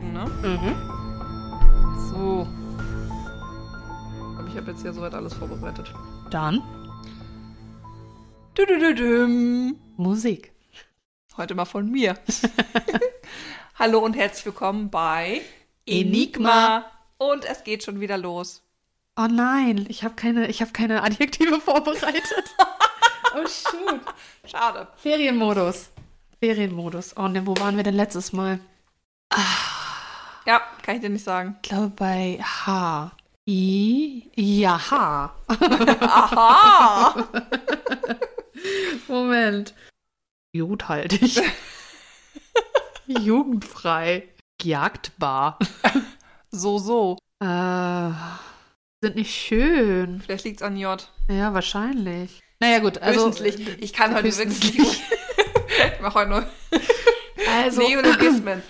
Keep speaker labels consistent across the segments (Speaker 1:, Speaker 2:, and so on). Speaker 1: ne?
Speaker 2: Mhm.
Speaker 1: jetzt hier soweit alles vorbereitet.
Speaker 2: Dann
Speaker 1: Dü -dü -dü -düm.
Speaker 2: Musik.
Speaker 1: Heute mal von mir. Hallo und herzlich willkommen bei
Speaker 2: Enigma.
Speaker 1: Und es geht schon wieder los.
Speaker 2: Oh nein, ich habe keine, ich hab keine Adjektive vorbereitet. oh shoot.
Speaker 1: Schade.
Speaker 2: Ferienmodus. Ferienmodus. Oh ne, wo waren wir denn letztes Mal?
Speaker 1: Ja, kann ich dir nicht sagen.
Speaker 2: Ich glaube bei H. I. Ja, H.
Speaker 1: Aha!
Speaker 2: Moment. Jodhaltig. Jugendfrei. Jagdbar.
Speaker 1: So, so.
Speaker 2: Äh, sind nicht schön.
Speaker 1: Vielleicht liegt's an J.
Speaker 2: Ja, wahrscheinlich. Naja, gut, also.
Speaker 1: Höchstlich. Ich kann heute
Speaker 2: höchstens
Speaker 1: wirklich nicht. ich mache heute nur
Speaker 2: Also,
Speaker 1: Neologismen.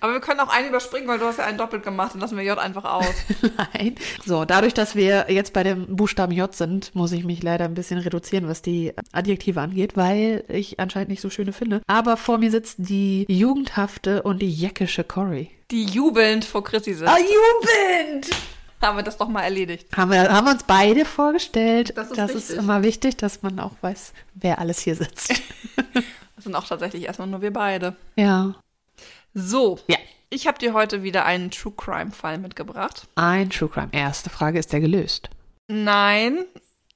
Speaker 1: Aber wir können auch einen überspringen, weil du hast ja einen doppelt gemacht. Dann lassen wir J einfach aus.
Speaker 2: Nein. So, dadurch, dass wir jetzt bei dem Buchstaben J sind, muss ich mich leider ein bisschen reduzieren, was die Adjektive angeht, weil ich anscheinend nicht so schöne finde. Aber vor mir sitzt die jugendhafte und die jäckische Cory.
Speaker 1: Die jubelnd vor Chrissy
Speaker 2: Ah,
Speaker 1: sitzt.
Speaker 2: jubelnd!
Speaker 1: Ah. Haben wir das doch mal erledigt.
Speaker 2: Haben wir, haben wir uns beide vorgestellt.
Speaker 1: Das ist wichtig.
Speaker 2: immer wichtig, dass man auch weiß, wer alles hier sitzt.
Speaker 1: Das sind auch tatsächlich erstmal nur wir beide.
Speaker 2: ja.
Speaker 1: So.
Speaker 2: Ja.
Speaker 1: Ich habe dir heute wieder einen True Crime Fall mitgebracht.
Speaker 2: Ein True Crime. Erste Frage, ist der gelöst?
Speaker 1: Nein.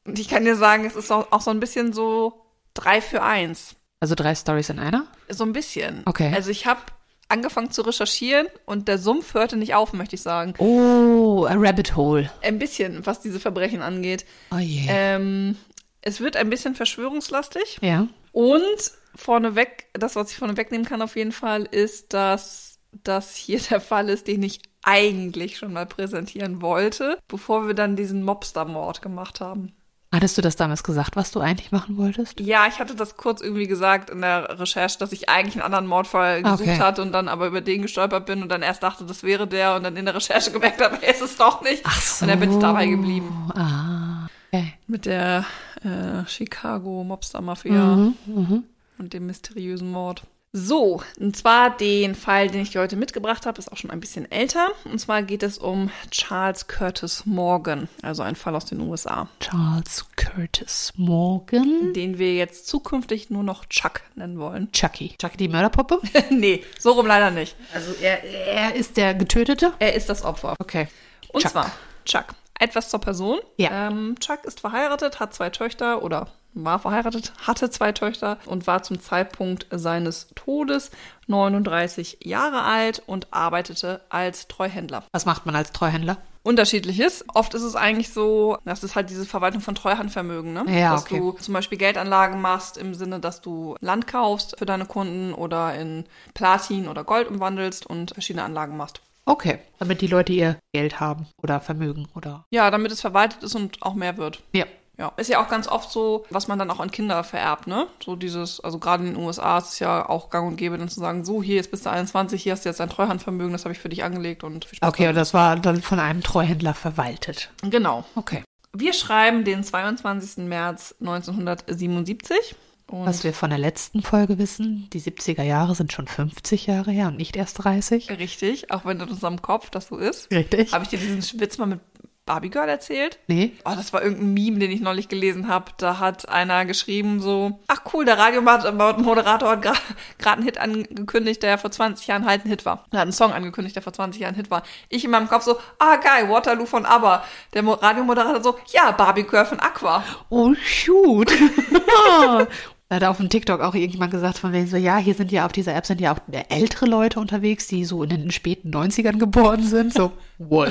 Speaker 1: Und ich kann dir sagen, es ist auch, auch so ein bisschen so drei für eins.
Speaker 2: Also drei Stories in einer?
Speaker 1: So ein bisschen.
Speaker 2: Okay.
Speaker 1: Also ich habe angefangen zu recherchieren und der Sumpf hörte nicht auf, möchte ich sagen.
Speaker 2: Oh, a Rabbit Hole.
Speaker 1: Ein bisschen, was diese Verbrechen angeht.
Speaker 2: Oh je.
Speaker 1: Ähm, es wird ein bisschen verschwörungslastig.
Speaker 2: ja.
Speaker 1: Und vorneweg, das, was ich vorneweg nehmen kann auf jeden Fall, ist, dass das hier der Fall ist, den ich eigentlich schon mal präsentieren wollte, bevor wir dann diesen Mobster-Mord gemacht haben.
Speaker 2: Hattest du das damals gesagt, was du eigentlich machen wolltest?
Speaker 1: Ja, ich hatte das kurz irgendwie gesagt in der Recherche, dass ich eigentlich einen anderen Mordfall gesucht
Speaker 2: Okay.
Speaker 1: hatte und dann aber über den gestolpert bin und dann erst dachte, das wäre der und dann in der Recherche gemerkt habe, es ist doch nicht. Und dann bin ich dabei geblieben.
Speaker 2: Ah, okay.
Speaker 1: Mit der äh, Chicago Mobster-Mafia.
Speaker 2: Mhm, mhm.
Speaker 1: und dem mysteriösen Mord. So, und zwar den Fall, den ich dir heute mitgebracht habe, ist auch schon ein bisschen älter. Und zwar geht es um Charles Curtis Morgan, also ein Fall aus den USA,
Speaker 2: Charles Curtis Morgan.
Speaker 1: den wir jetzt zukünftig nur noch Chuck nennen wollen.
Speaker 2: Chucky. Chucky die Mörderpuppe?
Speaker 1: nee, so rum leider nicht.
Speaker 2: Also er, er ist der Getötete?
Speaker 1: Er ist das Opfer.
Speaker 2: Okay.
Speaker 1: Und
Speaker 2: Chuck.
Speaker 1: zwar Chuck. Etwas zur Person.
Speaker 2: Ja.
Speaker 1: Ähm, Chuck ist verheiratet, hat zwei Töchter oder war verheiratet, hatte zwei Töchter und war zum Zeitpunkt seines Todes 39 Jahre alt und arbeitete als Treuhändler.
Speaker 2: Was macht man als Treuhändler?
Speaker 1: Unterschiedliches. Oft ist es eigentlich so, das ist halt diese Verwaltung von Treuhandvermögen, ne?
Speaker 2: Ja,
Speaker 1: dass
Speaker 2: okay.
Speaker 1: du zum Beispiel Geldanlagen machst im Sinne, dass du Land kaufst für deine Kunden oder in Platin oder Gold umwandelst und verschiedene Anlagen machst.
Speaker 2: Okay. Damit die Leute ihr Geld haben oder Vermögen oder.
Speaker 1: Ja, damit es verwaltet ist und auch mehr wird.
Speaker 2: Ja.
Speaker 1: Ja, ist ja auch ganz oft so, was man dann auch an Kinder vererbt, ne? So dieses, also gerade in den USA ist es ja auch gang und gäbe, dann zu sagen, so, hier, jetzt bist du 21, hier hast du jetzt dein Treuhandvermögen, das habe ich für dich angelegt und viel Spaß
Speaker 2: Okay, und das war dann von einem Treuhändler verwaltet.
Speaker 1: damit. Genau.
Speaker 2: Okay.
Speaker 1: Wir schreiben den 22. März 1977. Und
Speaker 2: Was wir von der letzten Folge wissen, die 70er Jahre sind schon 50 Jahre her und nicht erst 30.
Speaker 1: richtig, auch wenn in unserem Kopf das so ist.
Speaker 2: Richtig?
Speaker 1: Habe ich dir diesen Witz mal mit Barbie Girl erzählt?
Speaker 2: Nee.
Speaker 1: Oh, das war irgendein Meme, den ich neulich gelesen habe. Da hat einer geschrieben so, ach cool, der Radiomoderator hat gerade einen Hit angekündigt, der vor 20 Jahren halt ein Hit war. Er hat einen Song angekündigt, der vor 20 Jahren ein Hit war. Ich in meinem Kopf so, ah geil, Waterloo von ABBA. Der Mo- Radiomoderator so, ja, Barbie Girl von Aqua.
Speaker 2: Oh, shoot. da hat auf dem TikTok auch irgendjemand gesagt, von wegen so, ja, hier sind ja auf dieser App sind ja auch ältere Leute unterwegs, die so in den späten 90ern geboren sind. So, what?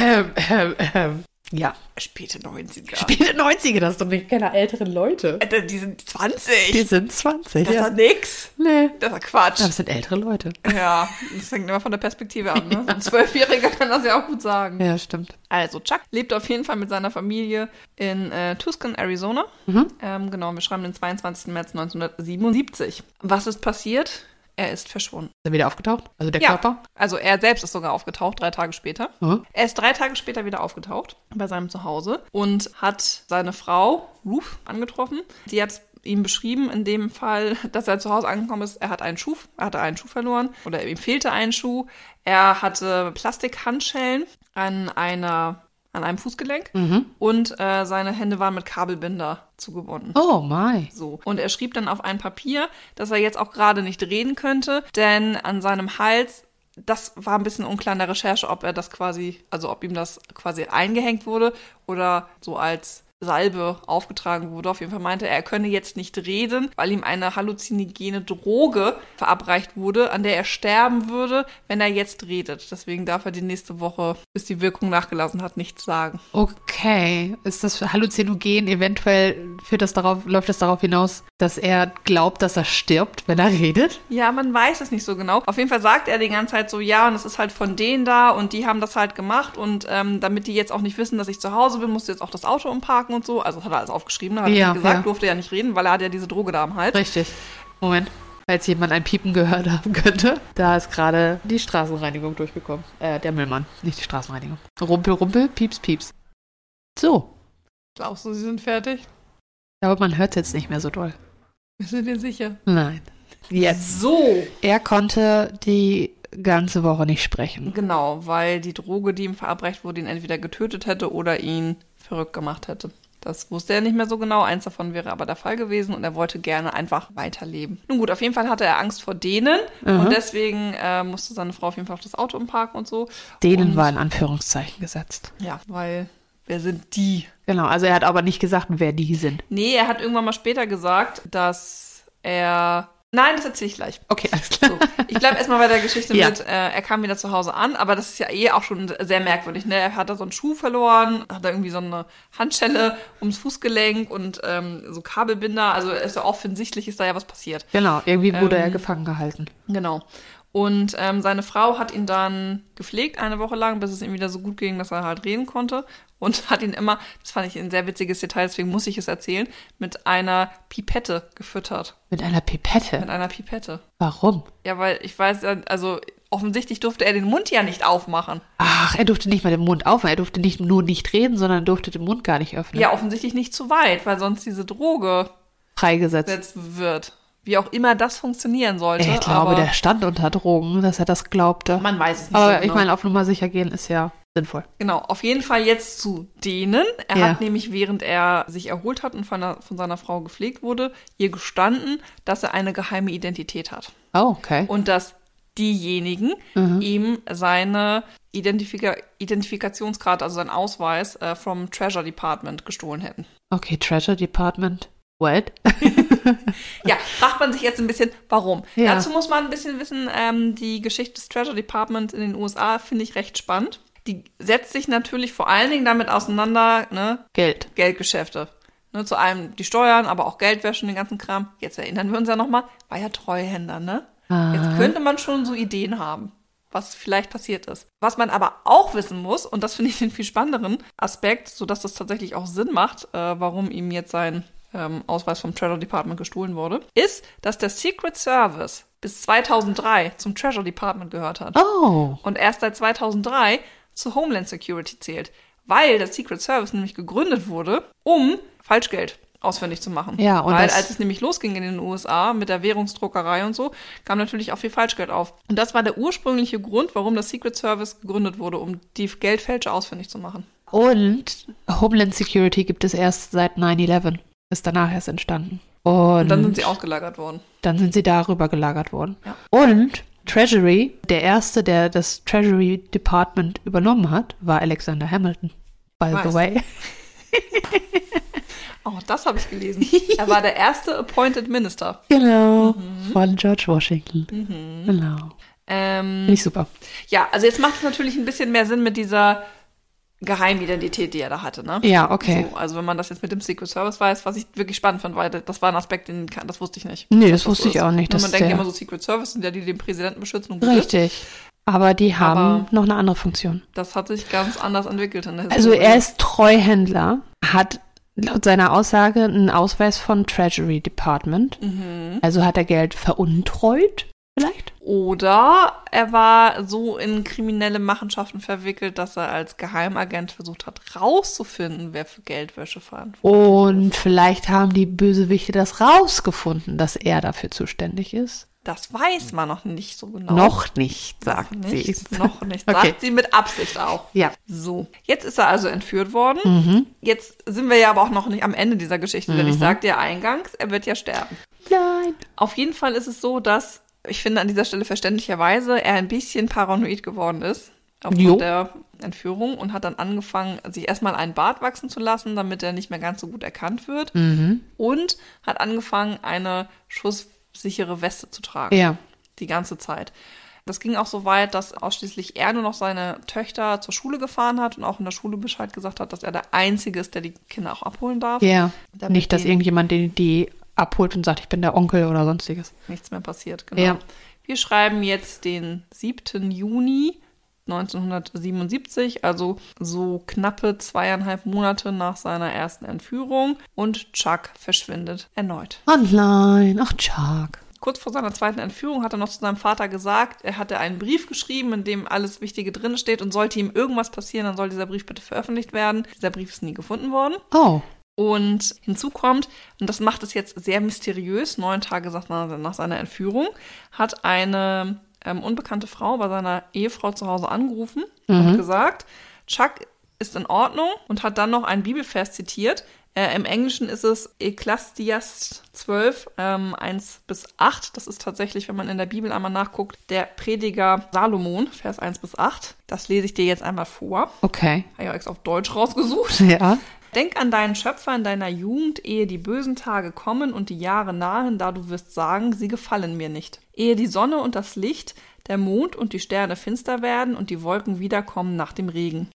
Speaker 2: ähm, ähm, ähm. Ja,
Speaker 1: Späte 90er.
Speaker 2: späte 90er, das ist doch nicht keine älteren Leute.
Speaker 1: Alter, äh, die sind 20.
Speaker 2: Die sind 20.
Speaker 1: Das
Speaker 2: ja.
Speaker 1: hat nix.
Speaker 2: Nee.
Speaker 1: Das ist Quatsch.
Speaker 2: Das sind ältere Leute.
Speaker 1: ja, das hängt immer von der Perspektive ab. Ne? So Ein Zwölfjähriger kann das ja auch gut sagen.
Speaker 2: Ja, stimmt.
Speaker 1: Also, Chuck lebt auf jeden Fall mit seiner Familie in äh, Tucson, Arizona.
Speaker 2: Mhm.
Speaker 1: Ähm, genau, wir schreiben den 22. März 1977. Was ist passiert? Er ist verschwunden.
Speaker 2: Ist er wieder aufgetaucht? Also der Körper?
Speaker 1: Also, er selbst ist sogar aufgetaucht, drei Tage später.
Speaker 2: Hm?
Speaker 1: Er ist drei Tage später wieder aufgetaucht bei seinem Zuhause und hat seine Frau, Ruth, angetroffen. Die hat ihm beschrieben in dem Fall, dass er zu Hause angekommen ist. Er hat einen Schuh, er hatte einen Schuh verloren oder ihm fehlte ein Schuh. Er hatte Plastikhandschellen an einer, an an einem Fußgelenk und äh, seine Hände waren mit Kabelbinder zugebunden.
Speaker 2: Oh my.
Speaker 1: So. Und er schrieb dann auf ein Papier, dass er jetzt auch gerade nicht reden könnte, denn an seinem Hals, das war ein bisschen unklar in der Recherche, ob er das quasi, also ob ihm das quasi eingehängt wurde oder so als Salbe aufgetragen wurde. Auf jeden Fall meinte er, er könne jetzt nicht reden, weil ihm eine halluzinogene Droge verabreicht wurde, an der er sterben würde, wenn er jetzt redet. Deswegen darf er die nächste Woche, bis die Wirkung nachgelassen hat, nichts sagen.
Speaker 2: Okay. Ist das halluzinogen? Eventuell führt das darauf, läuft das darauf hinaus, dass er glaubt, dass er stirbt, wenn er redet?
Speaker 1: Ja, man weiß es nicht so genau. Auf jeden Fall sagt er die ganze Zeit so, ja, und es ist halt von denen da und die haben das halt gemacht und ähm, damit die jetzt auch nicht wissen, dass ich zu Hause bin, musst du jetzt auch das Auto umparken und so. Also das hat er alles aufgeschrieben, da hat
Speaker 2: Ja,
Speaker 1: er nicht gesagt,
Speaker 2: ja.
Speaker 1: durfte ja nicht reden, weil er hat ja diese Droge da am Hals.
Speaker 2: Richtig. Moment. Falls jemand ein Piepen gehört haben könnte, da ist gerade die Straßenreinigung durchgekommen. Äh, der Müllmann, nicht die Straßenreinigung. Rumpel, rumpel, pieps, pieps. So.
Speaker 1: Glaubst du, sie sind fertig?
Speaker 2: Aber man hört es jetzt nicht mehr so doll.
Speaker 1: Bist du dir sicher?
Speaker 2: Nein. Jetzt.
Speaker 1: So.
Speaker 2: Er konnte die ganze Woche nicht sprechen.
Speaker 1: Genau, weil die Droge, die ihm verabreicht wurde, ihn entweder getötet hätte oder ihn verrückt gemacht hätte. Das wusste er nicht mehr so genau. Eins davon wäre aber der Fall gewesen und er wollte gerne einfach weiterleben. Nun gut, auf jeden Fall hatte er Angst vor denen
Speaker 2: Mhm.
Speaker 1: und deswegen äh, musste seine Frau auf jeden Fall auf das Auto umparken und so.
Speaker 2: Denen
Speaker 1: und,
Speaker 2: war in Anführungszeichen gesetzt.
Speaker 1: Ja, weil wer sind die?
Speaker 2: Genau, also er hat aber nicht gesagt, wer die sind.
Speaker 1: Nee, er hat irgendwann mal später gesagt, dass er. Nein, das erzähle ich gleich.
Speaker 2: Okay, alles klar.
Speaker 1: So, ich bleibe erstmal bei der Geschichte
Speaker 2: Ja.
Speaker 1: mit, äh, er kam wieder zu Hause an, aber das ist ja eh auch schon sehr merkwürdig. Ne? Er hat da so einen Schuh verloren, hat da irgendwie so eine Handschelle ums Fußgelenk und ähm, so Kabelbinder. Also ist ja offensichtlich, ist da ja was passiert.
Speaker 2: Genau, irgendwie wurde
Speaker 1: Ähm,
Speaker 2: er gefangen gehalten.
Speaker 1: Genau. Und ähm, seine Frau hat ihn dann gepflegt eine Woche lang, bis es ihm wieder so gut ging, dass er halt reden konnte. Und hat ihn immer, das fand ich ein sehr witziges Detail, deswegen muss ich es erzählen, mit einer Pipette gefüttert.
Speaker 2: Mit einer Pipette.
Speaker 1: Mit einer Pipette.
Speaker 2: Warum?
Speaker 1: Ja, weil ich weiß, ja, also offensichtlich durfte er den Mund ja nicht aufmachen.
Speaker 2: Ach, er durfte nicht mal den Mund aufmachen. Er durfte nicht nur nicht reden, sondern durfte den Mund gar nicht öffnen.
Speaker 1: Ja, offensichtlich nicht zu weit, weil sonst diese Droge
Speaker 2: Freigesetzt.
Speaker 1: gesetzt wird. Wie auch immer das funktionieren sollte.
Speaker 2: Ich glaube,
Speaker 1: aber
Speaker 2: der stand unter Drogen, dass er das glaubte.
Speaker 1: man weiß es nicht.
Speaker 2: Aber
Speaker 1: so
Speaker 2: ich
Speaker 1: genau.
Speaker 2: meine, auf Nummer sicher gehen ist ja sinnvoll.
Speaker 1: Genau, auf jeden Fall jetzt zu denen. Er
Speaker 2: Ja.
Speaker 1: hat nämlich, während er sich erholt hat und von, einer, von seiner Frau gepflegt wurde, ihr gestanden, dass er eine geheime Identität hat.
Speaker 2: Oh, okay. Mhm.
Speaker 1: Und dass diejenigen ihm seine Identifika Identifikationskarte, also seinen Ausweis, äh, vom Treasure Department gestohlen hätten.
Speaker 2: Okay, Treasure Department. What?
Speaker 1: Ja, fragt man sich jetzt ein bisschen, warum.
Speaker 2: Ja.
Speaker 1: Dazu muss man ein bisschen wissen, ähm, die Geschichte des Treasure Department in den USA finde ich recht spannend. Die setzt sich natürlich vor allen Dingen damit auseinander, ne,
Speaker 2: Geld.
Speaker 1: Geldgeschäfte. Ne, zu allem die Steuern, aber auch Geldwäsche und den ganzen Kram. Jetzt erinnern wir uns ja nochmal, war ja Treuhänder, ne? Jetzt könnte man schon so Ideen haben, was vielleicht passiert ist. Was man aber auch wissen muss, und das finde ich den viel spannenderen Aspekt, sodass das tatsächlich auch Sinn macht, äh, warum ihm jetzt sein ähm, Ausweis vom Treasure Department gestohlen wurde, ist, dass der Secret Service bis 2003 zum Treasure Department gehört hat
Speaker 2: Oh.
Speaker 1: und erst seit 2003 zu Homeland Security zählt, weil der Secret Service nämlich gegründet wurde, um Falschgeld ausfindig zu machen.
Speaker 2: Ja, und
Speaker 1: weil
Speaker 2: das-
Speaker 1: als es nämlich losging in den USA mit der Währungsdruckerei und so, kam natürlich auch viel Falschgeld auf. Und das war der ursprüngliche Grund, warum der Secret Service gegründet wurde, um die Geldfälscher ausfindig zu machen.
Speaker 2: Und Homeland Security gibt es erst seit 9-11. Ist danach erst entstanden. Und,
Speaker 1: Und dann sind sie ausgelagert worden.
Speaker 2: dann sind sie darüber gelagert worden.
Speaker 1: Ja.
Speaker 2: Und Treasury, der erste, der das Treasury Department übernommen hat, war Alexander Hamilton. By
Speaker 1: Weiß.
Speaker 2: the way.
Speaker 1: Auch Oh, das habe ich gelesen. er war der erste Appointed Minister.
Speaker 2: Genau.
Speaker 1: Mhm.
Speaker 2: Von George Washington. Genau.
Speaker 1: Ähm,
Speaker 2: Finde ich super.
Speaker 1: ja, also jetzt macht es natürlich ein bisschen mehr Sinn mit dieser Geheimidentität, die er da hatte, ne?
Speaker 2: Ja, okay.
Speaker 1: So, also wenn man das jetzt mit dem Secret Service weiß, was ich wirklich spannend fand, weil das war ein Aspekt, den kann- das wusste ich nicht.
Speaker 2: Nee, das
Speaker 1: Dass
Speaker 2: wusste
Speaker 1: so
Speaker 2: ich
Speaker 1: ist.
Speaker 2: auch nicht,
Speaker 1: Ne,
Speaker 2: dass
Speaker 1: Man denkt
Speaker 2: der-
Speaker 1: immer so Secret Service sind ja die, die den Präsidenten beschützen und gut ist.
Speaker 2: Richtig. Aber die haben noch eine andere Funktion.
Speaker 1: Das hat sich ganz anders entwickelt in der
Speaker 2: Also
Speaker 1: Historie.
Speaker 2: er ist Treuhändler, hat laut seiner Aussage einen Ausweis vom Treasury Department.
Speaker 1: Mhm.
Speaker 2: Also hat er Geld veruntreut, vielleicht?
Speaker 1: Oder er war so in kriminelle Machenschaften verwickelt, dass er als Geheimagent versucht hat, rauszufinden, wer für Geldwäsche verantwortlich
Speaker 2: Und vielleicht haben die Bösewichte das rausgefunden, dass er dafür zuständig ist.
Speaker 1: ist. Das weiß man noch nicht so genau.
Speaker 2: Noch nicht, sagt
Speaker 1: Noch
Speaker 2: sie.
Speaker 1: nicht, Noch nicht. Sagt
Speaker 2: Okay.
Speaker 1: sie mit Absicht auch.
Speaker 2: Ja.
Speaker 1: So, jetzt ist er also entführt worden. Jetzt sind wir ja aber auch noch nicht am Ende dieser Geschichte, denn ich sagte ja eingangs, er wird ja sterben.
Speaker 2: Nein.
Speaker 1: Auf jeden Fall ist es so, dass ich finde an dieser Stelle verständlicherweise er ein bisschen paranoid geworden ist aufgrund
Speaker 2: Jo.
Speaker 1: der Entführung und hat dann angefangen, sich erstmal einen Bart wachsen zu lassen, damit er nicht mehr ganz so gut erkannt wird und hat angefangen, eine schusssichere Weste zu tragen
Speaker 2: Ja.
Speaker 1: die ganze Zeit. Das ging auch so weit, dass ausschließlich er nur noch seine Töchter zur Schule gefahren hat und auch in der Schule Bescheid gesagt hat, dass er der Einzige ist, der die Kinder auch abholen darf.
Speaker 2: Ja.
Speaker 1: Damit
Speaker 2: Nicht, dass
Speaker 1: die-
Speaker 2: irgendjemand die, die abholt und sagt, ich bin der Onkel oder sonstiges.
Speaker 1: Nichts mehr passiert, genau.
Speaker 2: Ja.
Speaker 1: Wir schreiben jetzt den 7. Juni 1977, also so knappe zweieinhalb Monate nach seiner ersten Entführung und Chuck verschwindet erneut.
Speaker 2: Online. Ach, Chuck.
Speaker 1: Kurz vor seiner zweiten Entführung hat er noch zu seinem Vater gesagt, er hatte einen Brief geschrieben, in dem alles Wichtige drin steht und sollte ihm irgendwas passieren, dann soll dieser Brief bitte veröffentlicht werden. Dieser Brief ist nie gefunden worden.
Speaker 2: Oh.
Speaker 1: Und hinzu kommt, und das macht es jetzt sehr mysteriös, neun Tage nach, nach seiner Entführung, hat eine ähm, unbekannte Frau bei seiner Ehefrau zu Hause angerufen und gesagt, Chuck ist in Ordnung und hat dann noch ein Bibelvers zitiert. Äh, Im Englischen ist es Ecclesiastes 12, ähm, 1 bis 8. Das ist tatsächlich, wenn man in der Bibel einmal nachguckt, der Prediger Salomon, Vers 1 bis 8. Das lese ich dir jetzt einmal vor.
Speaker 2: Okay.
Speaker 1: Habe ich auch extra auf Deutsch rausgesucht.
Speaker 2: Ja.
Speaker 1: Denk an deinen Schöpfer in deiner Jugend, ehe die bösen Tage kommen und die Jahre nahen, da du wirst sagen, sie gefallen mir nicht. Ehe die Sonne und das Licht, der Mond und die Sterne finster werden und die Wolken wiederkommen nach dem Regen.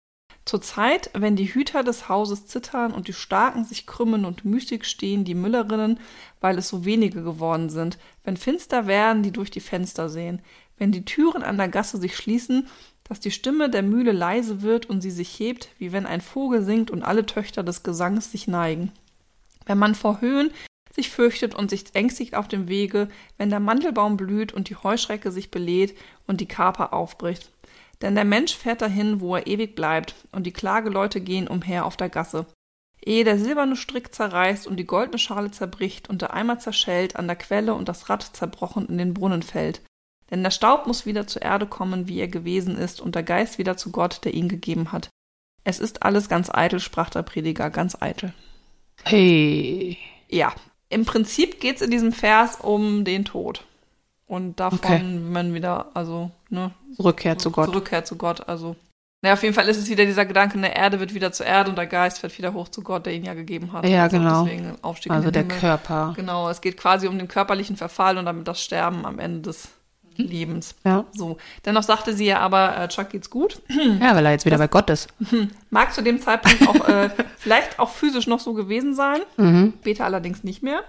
Speaker 1: Zur Zeit, wenn die Hüter des Hauses zittern und die Starken sich krümmen und müßig stehen, die Müllerinnen, weil es so wenige geworden sind, wenn finster werden, die durch die Fenster sehen, wenn die Türen an der Gasse sich schließen, dass die Stimme der Mühle leise wird und sie sich hebt, wie wenn ein Vogel singt und alle Töchter des Gesangs sich neigen. Wenn man vor Höhen sich fürchtet und sich ängstigt auf dem Wege, wenn der Mandelbaum blüht und die Heuschrecke sich belädt und die Kaper aufbricht. Denn der Mensch fährt dahin, wo er ewig bleibt, und die Klageleute gehen umher auf der Gasse. Ehe der silberne Strick zerreißt und die goldene Schale zerbricht und der Eimer zerschellt an der Quelle und das Rad zerbrochen in den Brunnen fällt. Denn der Staub muss wieder zur Erde kommen, wie er gewesen ist, und der Geist wieder zu Gott, der ihn gegeben hat. Es ist alles ganz eitel, sprach der Prediger, ganz eitel.
Speaker 2: Hey.
Speaker 1: Ja, im Prinzip geht es in diesem Vers um den Tod. Und davon,
Speaker 2: Okay.
Speaker 1: wenn man wieder, also, ne,
Speaker 2: Rückkehr zu Gott.
Speaker 1: Rückkehr zu Gott, also. Na, auf jeden Fall ist es wieder dieser Gedanke, eine Erde wird wieder zur Erde und der Geist fährt wieder hoch zu Gott, der ihn ja gegeben hat.
Speaker 2: Ja,
Speaker 1: also
Speaker 2: genau.
Speaker 1: Deswegen Aufstieg
Speaker 2: Also
Speaker 1: in den
Speaker 2: der
Speaker 1: Himmel.
Speaker 2: Körper.
Speaker 1: Genau, es geht quasi um den körperlichen Verfall und damit das Sterben am Ende des
Speaker 2: Mhm.
Speaker 1: Lebens.
Speaker 2: Ja.
Speaker 1: So, dennoch sagte sie ja aber, äh, Chuck geht's gut.
Speaker 2: ja, weil er jetzt wieder bei Gott ist.
Speaker 1: Mag zu dem Zeitpunkt auch äh, vielleicht auch physisch noch so gewesen sein, später allerdings nicht mehr,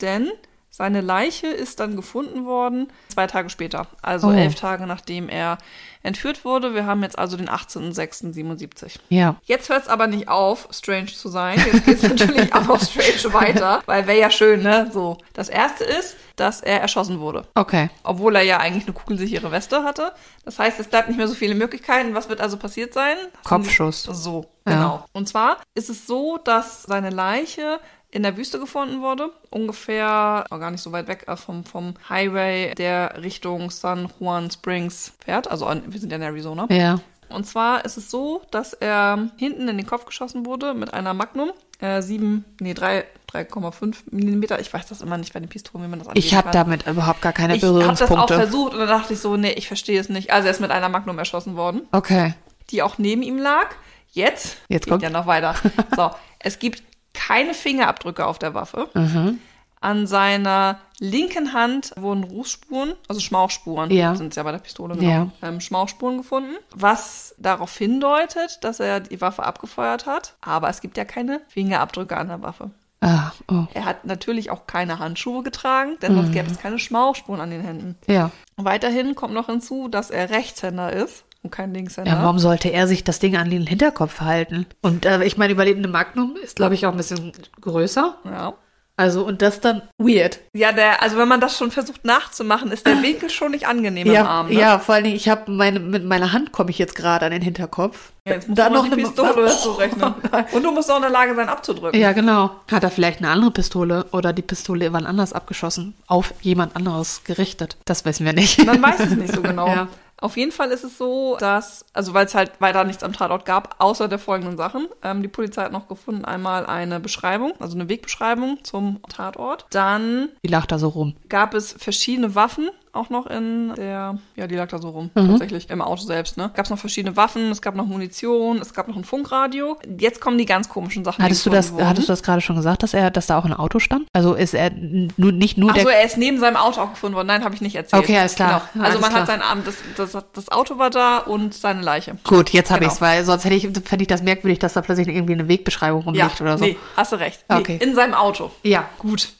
Speaker 1: denn seine Leiche ist dann gefunden worden zwei Tage später, also
Speaker 2: Oh.
Speaker 1: elf Tage nachdem er entführt wurde. Wir haben jetzt also den 18.06.77.
Speaker 2: Ja.
Speaker 1: Jetzt hört es aber nicht auf, strange zu sein. Jetzt geht es natürlich auch noch strange weiter, weil wäre ja schön, ne? So. Das erste ist, dass er erschossen wurde
Speaker 2: Okay.
Speaker 1: obwohl er ja eigentlich eine kugelsichere Weste hatte. Das heißt, es bleibt nicht mehr so viele Möglichkeiten. Was wird also passiert sein?
Speaker 2: Kopfschuss.
Speaker 1: So,
Speaker 2: Ja.
Speaker 1: genau. Und zwar ist es so, dass seine Leiche in der Wüste gefunden wurde, ungefähr, oh, gar nicht so weit weg äh, vom, vom Highway, der Richtung San Juan Springs fährt. Also an, wir sind ja in Arizona.
Speaker 2: Ja.
Speaker 1: Und zwar ist es so, dass er hinten in den Kopf geschossen wurde mit einer Magnum. Äh, 7, nee, drei- 3,5 Millimeter. Ich weiß das immer nicht bei den Pistolen, wie man das
Speaker 2: Ich
Speaker 1: angeben
Speaker 2: habe
Speaker 1: kann.
Speaker 2: damit überhaupt gar keine
Speaker 1: Ich habe das auch
Speaker 2: Berührungspunkte.
Speaker 1: versucht und dann dachte ich so, nee, ich verstehe es nicht. Also er ist mit einer Magnum erschossen worden,
Speaker 2: Okay.
Speaker 1: die auch neben ihm lag. Jetzt,
Speaker 2: Jetzt
Speaker 1: geht
Speaker 2: kommt-
Speaker 1: ja noch weiter. So, es gibt keine Fingerabdrücke auf der Waffe.
Speaker 2: Mhm.
Speaker 1: An seiner linken Hand wurden Rußspuren, also Schmauchspuren,
Speaker 2: Ja.
Speaker 1: sind es ja bei der Pistole, genau,
Speaker 2: Ja.
Speaker 1: ähm, Schmauchspuren gefunden, was darauf hindeutet, dass er die Waffe abgefeuert hat. Aber es gibt ja keine Fingerabdrücke an der Waffe.
Speaker 2: Ah, oh.
Speaker 1: Er hat natürlich auch keine Handschuhe getragen, denn
Speaker 2: Mhm.
Speaker 1: sonst gäbe es keine Schmauchspuren an den Händen.
Speaker 2: Ja.
Speaker 1: Weiterhin kommt noch hinzu, dass er Rechtshänder ist und kein Linkshänder.
Speaker 2: Ja, warum sollte er sich das Ding an den Hinterkopf halten? Und äh, ich meine, überlebende Magnum ist, glaube ich, auch ein bisschen größer.
Speaker 1: Ja.
Speaker 2: Also, und das dann weird.
Speaker 1: Ja, der, also wenn man das schon versucht nachzumachen, ist der Winkel schon nicht angenehm
Speaker 2: ja,
Speaker 1: im Arm. Ne?
Speaker 2: ja, vor allen Dingen, ich habe meine, mit meiner Hand komme ich jetzt gerade an den Hinterkopf.
Speaker 1: Ja, Jetzt musst
Speaker 2: Dann
Speaker 1: du noch
Speaker 2: noch
Speaker 1: die
Speaker 2: eine-
Speaker 1: Pistole dazu rechnen. Und du musst auch in der Lage sein, abzudrücken.
Speaker 2: Ja, genau. Hat er vielleicht eine andere Pistole oder die Pistole wann anders abgeschossen, auf jemand anderes gerichtet? Das wissen wir nicht.
Speaker 1: Man weiß es nicht so genau.
Speaker 2: Ja.
Speaker 1: Auf jeden Fall ist es so, dass, also weil es halt weiter nichts am Tatort gab, außer der folgenden Sachen. Ähm, die Polizei hat noch gefunden einmal eine Beschreibung, also eine Wegbeschreibung zum Tatort. Dann
Speaker 2: Die lacht da so rum.
Speaker 1: gab es verschiedene Waffen auch noch in der, ja, die lag da so rum,
Speaker 2: Mhm.
Speaker 1: tatsächlich im Auto selbst, ne? Gab es noch verschiedene Waffen, es gab noch Munition, es gab noch ein Funkradio. Jetzt kommen die ganz komischen Sachen. die
Speaker 2: Hattest du, das,
Speaker 1: gefunden wurden.
Speaker 2: hattest du das gerade schon gesagt, dass er, dass da auch ein Auto stand? Also ist er n- nur nicht nur
Speaker 1: Ach
Speaker 2: der.
Speaker 1: so, er ist neben seinem Auto auch gefunden worden. Nein, habe ich nicht erzählt.
Speaker 2: Okay, alles klar.
Speaker 1: Genau. Also
Speaker 2: Ja, alles
Speaker 1: man
Speaker 2: klar.
Speaker 1: hat seinen Arm, das, das, das Auto war da und seine Leiche.
Speaker 2: Gut, jetzt habe
Speaker 1: Genau.
Speaker 2: ich's, weil sonst hätte ich, fände ich das merkwürdig, dass da plötzlich irgendwie eine Wegbeschreibung rumliegt oder so.
Speaker 1: nee, hast du recht. Nee,
Speaker 2: Okay.
Speaker 1: In seinem Auto.
Speaker 2: Ja.
Speaker 1: Gut.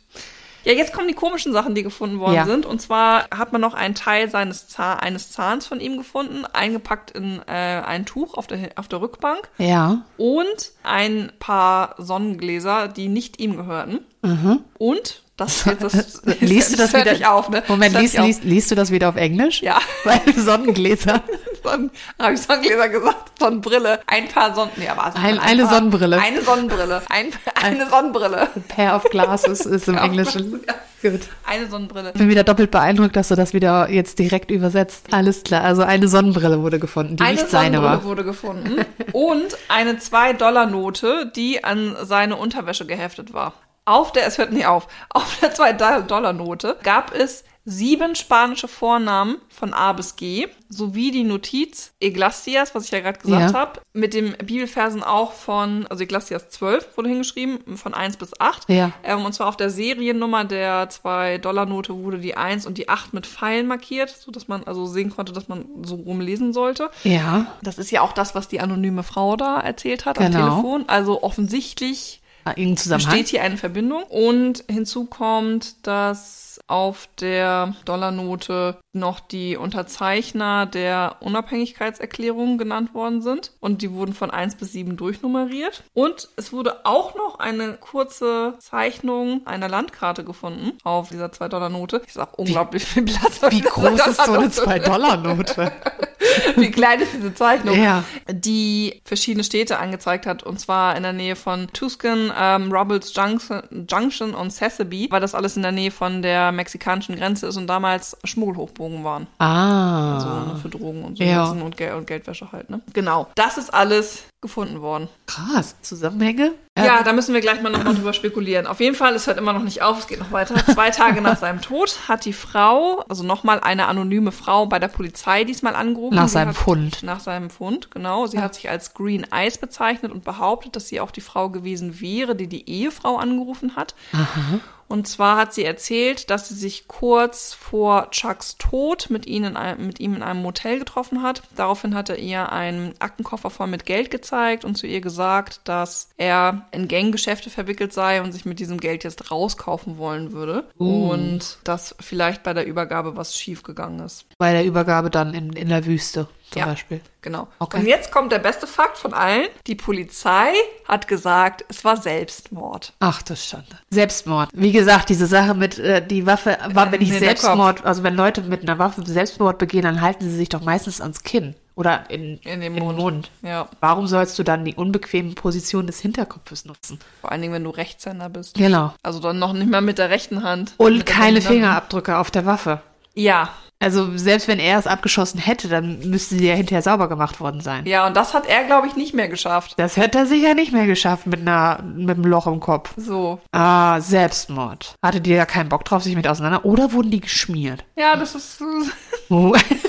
Speaker 1: Ja, jetzt kommen die komischen Sachen, die gefunden worden
Speaker 2: Ja.
Speaker 1: sind. Und zwar hat man noch einen Teil seines Zahn, eines Zahns von ihm gefunden, eingepackt in äh, ein Tuch auf der, auf der Rückbank
Speaker 2: Ja.
Speaker 1: und ein paar Sonnengläser, die nicht ihm gehörten. Und das, jetzt, das
Speaker 2: Mhm. Liest du das
Speaker 1: hört nicht
Speaker 2: wieder
Speaker 1: auf, ne?
Speaker 2: Moment,
Speaker 1: Das hört
Speaker 2: liest,
Speaker 1: nicht auf.
Speaker 2: liest, liest du das wieder auf Englisch?
Speaker 1: Ja.
Speaker 2: Weil Sonnengläser.
Speaker 1: Sonnen, habe ich Sonnengläser gesagt? Sonnenbrille. Ein paar Sonnen... Nee, aber es sind
Speaker 2: Ein-
Speaker 1: ein
Speaker 2: eine
Speaker 1: paar,
Speaker 2: Sonnenbrille.
Speaker 1: Eine Sonnenbrille. Ein, eine Sonnenbrille.
Speaker 2: Pair of glasses ist im
Speaker 1: Pair of
Speaker 2: Englischen. Gut.
Speaker 1: Eine Sonnenbrille.
Speaker 2: Ich bin wieder doppelt beeindruckt, dass du das wieder jetzt direkt übersetzt. Alles klar, also eine Sonnenbrille wurde gefunden, die
Speaker 1: Eine
Speaker 2: nicht seine
Speaker 1: Sonnenbrille
Speaker 2: war.
Speaker 1: wurde gefunden und eine 2-Dollar-Note, die an seine Unterwäsche geheftet war. Auf der, es hört nie auf, auf der 2-Dollar-Note gab es sieben spanische Vornamen von A bis G sowie die Notiz Eglastias, was ich ja gerade gesagt
Speaker 2: Ja.
Speaker 1: habe, mit dem Bibelversen auch von, also Eglastias 12 wurde hingeschrieben, von 1 bis 8.
Speaker 2: Ja.
Speaker 1: Ähm, und zwar auf der Seriennummer der 2-Dollar-Note wurde die 1 und die 8 mit Pfeilen markiert, sodass man also sehen konnte, dass man so rumlesen sollte.
Speaker 2: Ja.
Speaker 1: Das ist ja auch das, was die anonyme Frau da erzählt hat am
Speaker 2: Genau.
Speaker 1: Telefon. Also offensichtlich
Speaker 2: Ah, Irgendein Zusammenhang.
Speaker 1: besteht hier eine Verbindung. Und hinzu kommt, dass auf der Dollarnote noch die Unterzeichner der Unabhängigkeitserklärung genannt worden sind. Und die wurden von 1 bis 7 durchnummeriert. Und es wurde auch noch eine kurze Zeichnung einer Landkarte gefunden auf dieser 2-Dollar-Note. Ich sag unglaublich viel Platz. auf
Speaker 2: Wie
Speaker 1: dieser
Speaker 2: groß ist so eine
Speaker 1: Dollarnote.
Speaker 2: 2-Dollar-Note?
Speaker 1: Wie klein ist diese Zeichnung?
Speaker 2: Ja.
Speaker 1: Die verschiedene Städte angezeigt hat, und zwar in der Nähe von Tuscan, ähm, Robles Junction, Junction und Sasebe, weil das alles in der Nähe von der mexikanischen Grenze ist und damals Schmuggelhochbogen waren.
Speaker 2: Ah.
Speaker 1: So ne, für Drogen und so
Speaker 2: Ja.
Speaker 1: Nutzen und, Gel und Geldwäsche halt, ne? Genau. Das ist alles gefunden worden.
Speaker 2: krass. Zusammenhänge?
Speaker 1: Ja, da müssen wir gleich mal nochmal drüber spekulieren. Auf jeden Fall, es hört immer noch nicht auf, es geht noch weiter. Zwei Tage nach seinem Tod hat die Frau, also nochmal eine anonyme Frau bei der Polizei diesmal angerufen.
Speaker 2: Nach
Speaker 1: Sie
Speaker 2: seinem
Speaker 1: hat,
Speaker 2: Fund.
Speaker 1: Nach seinem Fund, genau. Sie hat sich als Green Eyes bezeichnet und behauptet, dass sie auch die Frau gewesen wäre, die die Ehefrau angerufen hat. Und zwar hat sie erzählt, dass sie sich kurz vor Chucks Tod mit, ihnen, mit ihm in einem Motel getroffen hat. Daraufhin hat er ihr einen Aktenkoffer voll mit Geld gezeigt und zu ihr gesagt, dass er in Ganggeschäfte verwickelt sei und sich mit diesem Geld jetzt rauskaufen wollen würde.
Speaker 2: Uh.
Speaker 1: Und dass vielleicht bei der Übergabe was schiefgegangen ist.
Speaker 2: Bei der Übergabe dann in, in der Wüste zum
Speaker 1: Ja.
Speaker 2: Beispiel.
Speaker 1: Genau.
Speaker 2: Okay.
Speaker 1: Und jetzt kommt der beste Fakt von allen. Die Polizei hat gesagt, es war Selbstmord.
Speaker 2: Ach, das Schande. Selbstmord. Wie gesagt, diese Sache mit äh, die Waffe, war, wenn ich
Speaker 1: Nee, Ähm, der
Speaker 2: Selbstmord, also wenn Leute mit einer Waffe Selbstmord begehen, dann halten sie sich doch meistens ans Kinn oder in,
Speaker 1: In den
Speaker 2: in
Speaker 1: Mund.
Speaker 2: Mund.
Speaker 1: Ja.
Speaker 2: Warum sollst du dann die unbequeme Position des Hinterkopfes nutzen?
Speaker 1: Vor allen Dingen, wenn du Rechtshänder bist.
Speaker 2: Genau.
Speaker 1: Also dann noch nicht mal mit der rechten Hand.
Speaker 2: Und
Speaker 1: Mit der
Speaker 2: keine
Speaker 1: linken.
Speaker 2: Fingerabdrücke auf der Waffe.
Speaker 1: Ja.
Speaker 2: Also selbst wenn er es abgeschossen hätte, dann müsste sie ja hinterher sauber gemacht worden sein.
Speaker 1: Ja, und das hat er, glaube ich, nicht mehr geschafft.
Speaker 2: Das hätte er sicher nicht mehr geschafft mit einer mit einem Loch im Kopf.
Speaker 1: So.
Speaker 2: Ah, Selbstmord. Hatte die ja keinen Bock drauf, sich mit auseinander? Oder wurden die geschmiert?
Speaker 1: Ja, das ist. Man
Speaker 2: Oh.
Speaker 1: weiß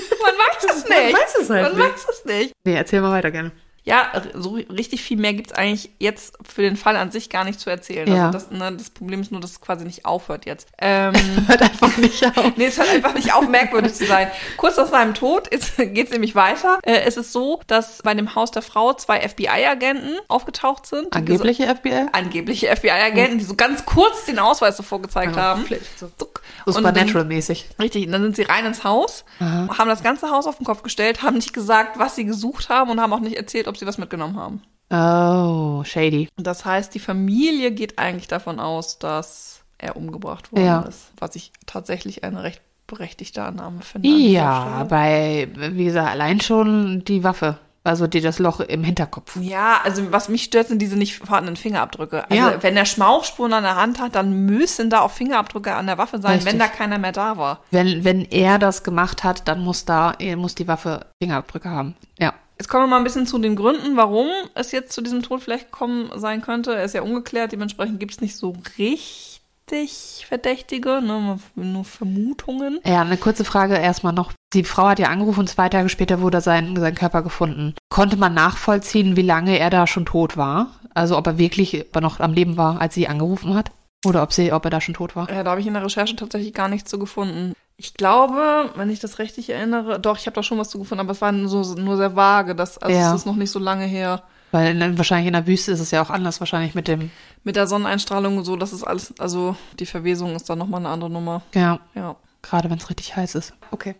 Speaker 1: es nicht.
Speaker 2: Man weiß es halt
Speaker 1: Man
Speaker 2: nicht.
Speaker 1: weiß es nicht.
Speaker 2: nee, erzähl mal weiter gerne.
Speaker 1: Ja, r- so richtig viel mehr gibt's eigentlich jetzt für den Fall an sich gar nicht zu erzählen.
Speaker 2: Ja.
Speaker 1: Also das, ne, das Problem ist nur, dass es quasi nicht aufhört jetzt. Ähm,
Speaker 2: Hört einfach nicht auf.
Speaker 1: Nee, es hört einfach nicht auf, merkwürdig zu sein. Kurz nach seinem Tod geht es nämlich weiter. Äh, es ist so, dass bei dem Haus der Frau zwei FBI-Agenten aufgetaucht sind. die
Speaker 2: Angebliche FBI?
Speaker 1: so- Angebliche FBI-Agenten, die so ganz kurz den Ausweis so vorgezeigt
Speaker 2: Ja,
Speaker 1: haben.
Speaker 2: vielleicht so.
Speaker 1: Zuck.
Speaker 2: So
Speaker 1: Und dann-
Speaker 2: Supernatural-mäßig.
Speaker 1: Richtig, und dann sind sie rein ins Haus, haben das ganze Haus auf den Kopf gestellt, haben nicht gesagt, was sie gesucht haben und haben auch nicht erzählt, ob sie was mitgenommen haben.
Speaker 2: Oh, shady.
Speaker 1: Das heißt, die Familie geht eigentlich davon aus, dass er umgebracht worden
Speaker 2: Ja.
Speaker 1: ist. Was ich tatsächlich eine recht berechtigte Annahme finde. an dieser
Speaker 2: Ja,
Speaker 1: Stelle.
Speaker 2: bei, wie gesagt, allein schon die Waffe. Also die, das Loch im Hinterkopf.
Speaker 1: Ja, also was mich stört, sind diese nicht vorhandenen Fingerabdrücke. Also
Speaker 2: Ja.
Speaker 1: wenn er Schmauchspuren an der Hand hat, dann müssen da auch Fingerabdrücke an der Waffe sein,
Speaker 2: Richtig.
Speaker 1: wenn da keiner mehr da war.
Speaker 2: Wenn, wenn er das gemacht hat, dann muss da, er muss die Waffe Fingerabdrücke haben. Ja.
Speaker 1: Jetzt kommen wir mal ein bisschen zu den Gründen, warum es jetzt zu diesem Tod vielleicht gekommen sein könnte. Er ist ja ungeklärt, dementsprechend gibt's nicht so richtig Verdächtige, ne? nur Vermutungen.
Speaker 2: Ja, eine kurze Frage erstmal noch. Die Frau hat ja angerufen und zwei Tage später wurde sein, sein Körper gefunden. Konnte man nachvollziehen, wie lange er da schon tot war? Also ob er wirklich ob er noch am Leben war, als sie angerufen hat? Oder ob, sie, ob er da schon tot war?
Speaker 1: Ja, da habe ich in der Recherche tatsächlich gar nichts zu gefunden. Ich glaube, wenn ich das richtig erinnere, doch, ich habe da schon was zu gefunden, aber es war so, nur sehr vage. Das, also
Speaker 2: Ja.
Speaker 1: es ist noch nicht so lange her.
Speaker 2: Weil in, wahrscheinlich in der Wüste ist es ja auch anders, wahrscheinlich mit dem,
Speaker 1: mit der Sonneneinstrahlung und so, das ist alles, also die Verwesung ist dann nochmal eine andere Nummer.
Speaker 2: ja,
Speaker 1: Ja.
Speaker 2: gerade wenn es richtig heiß ist. Okay.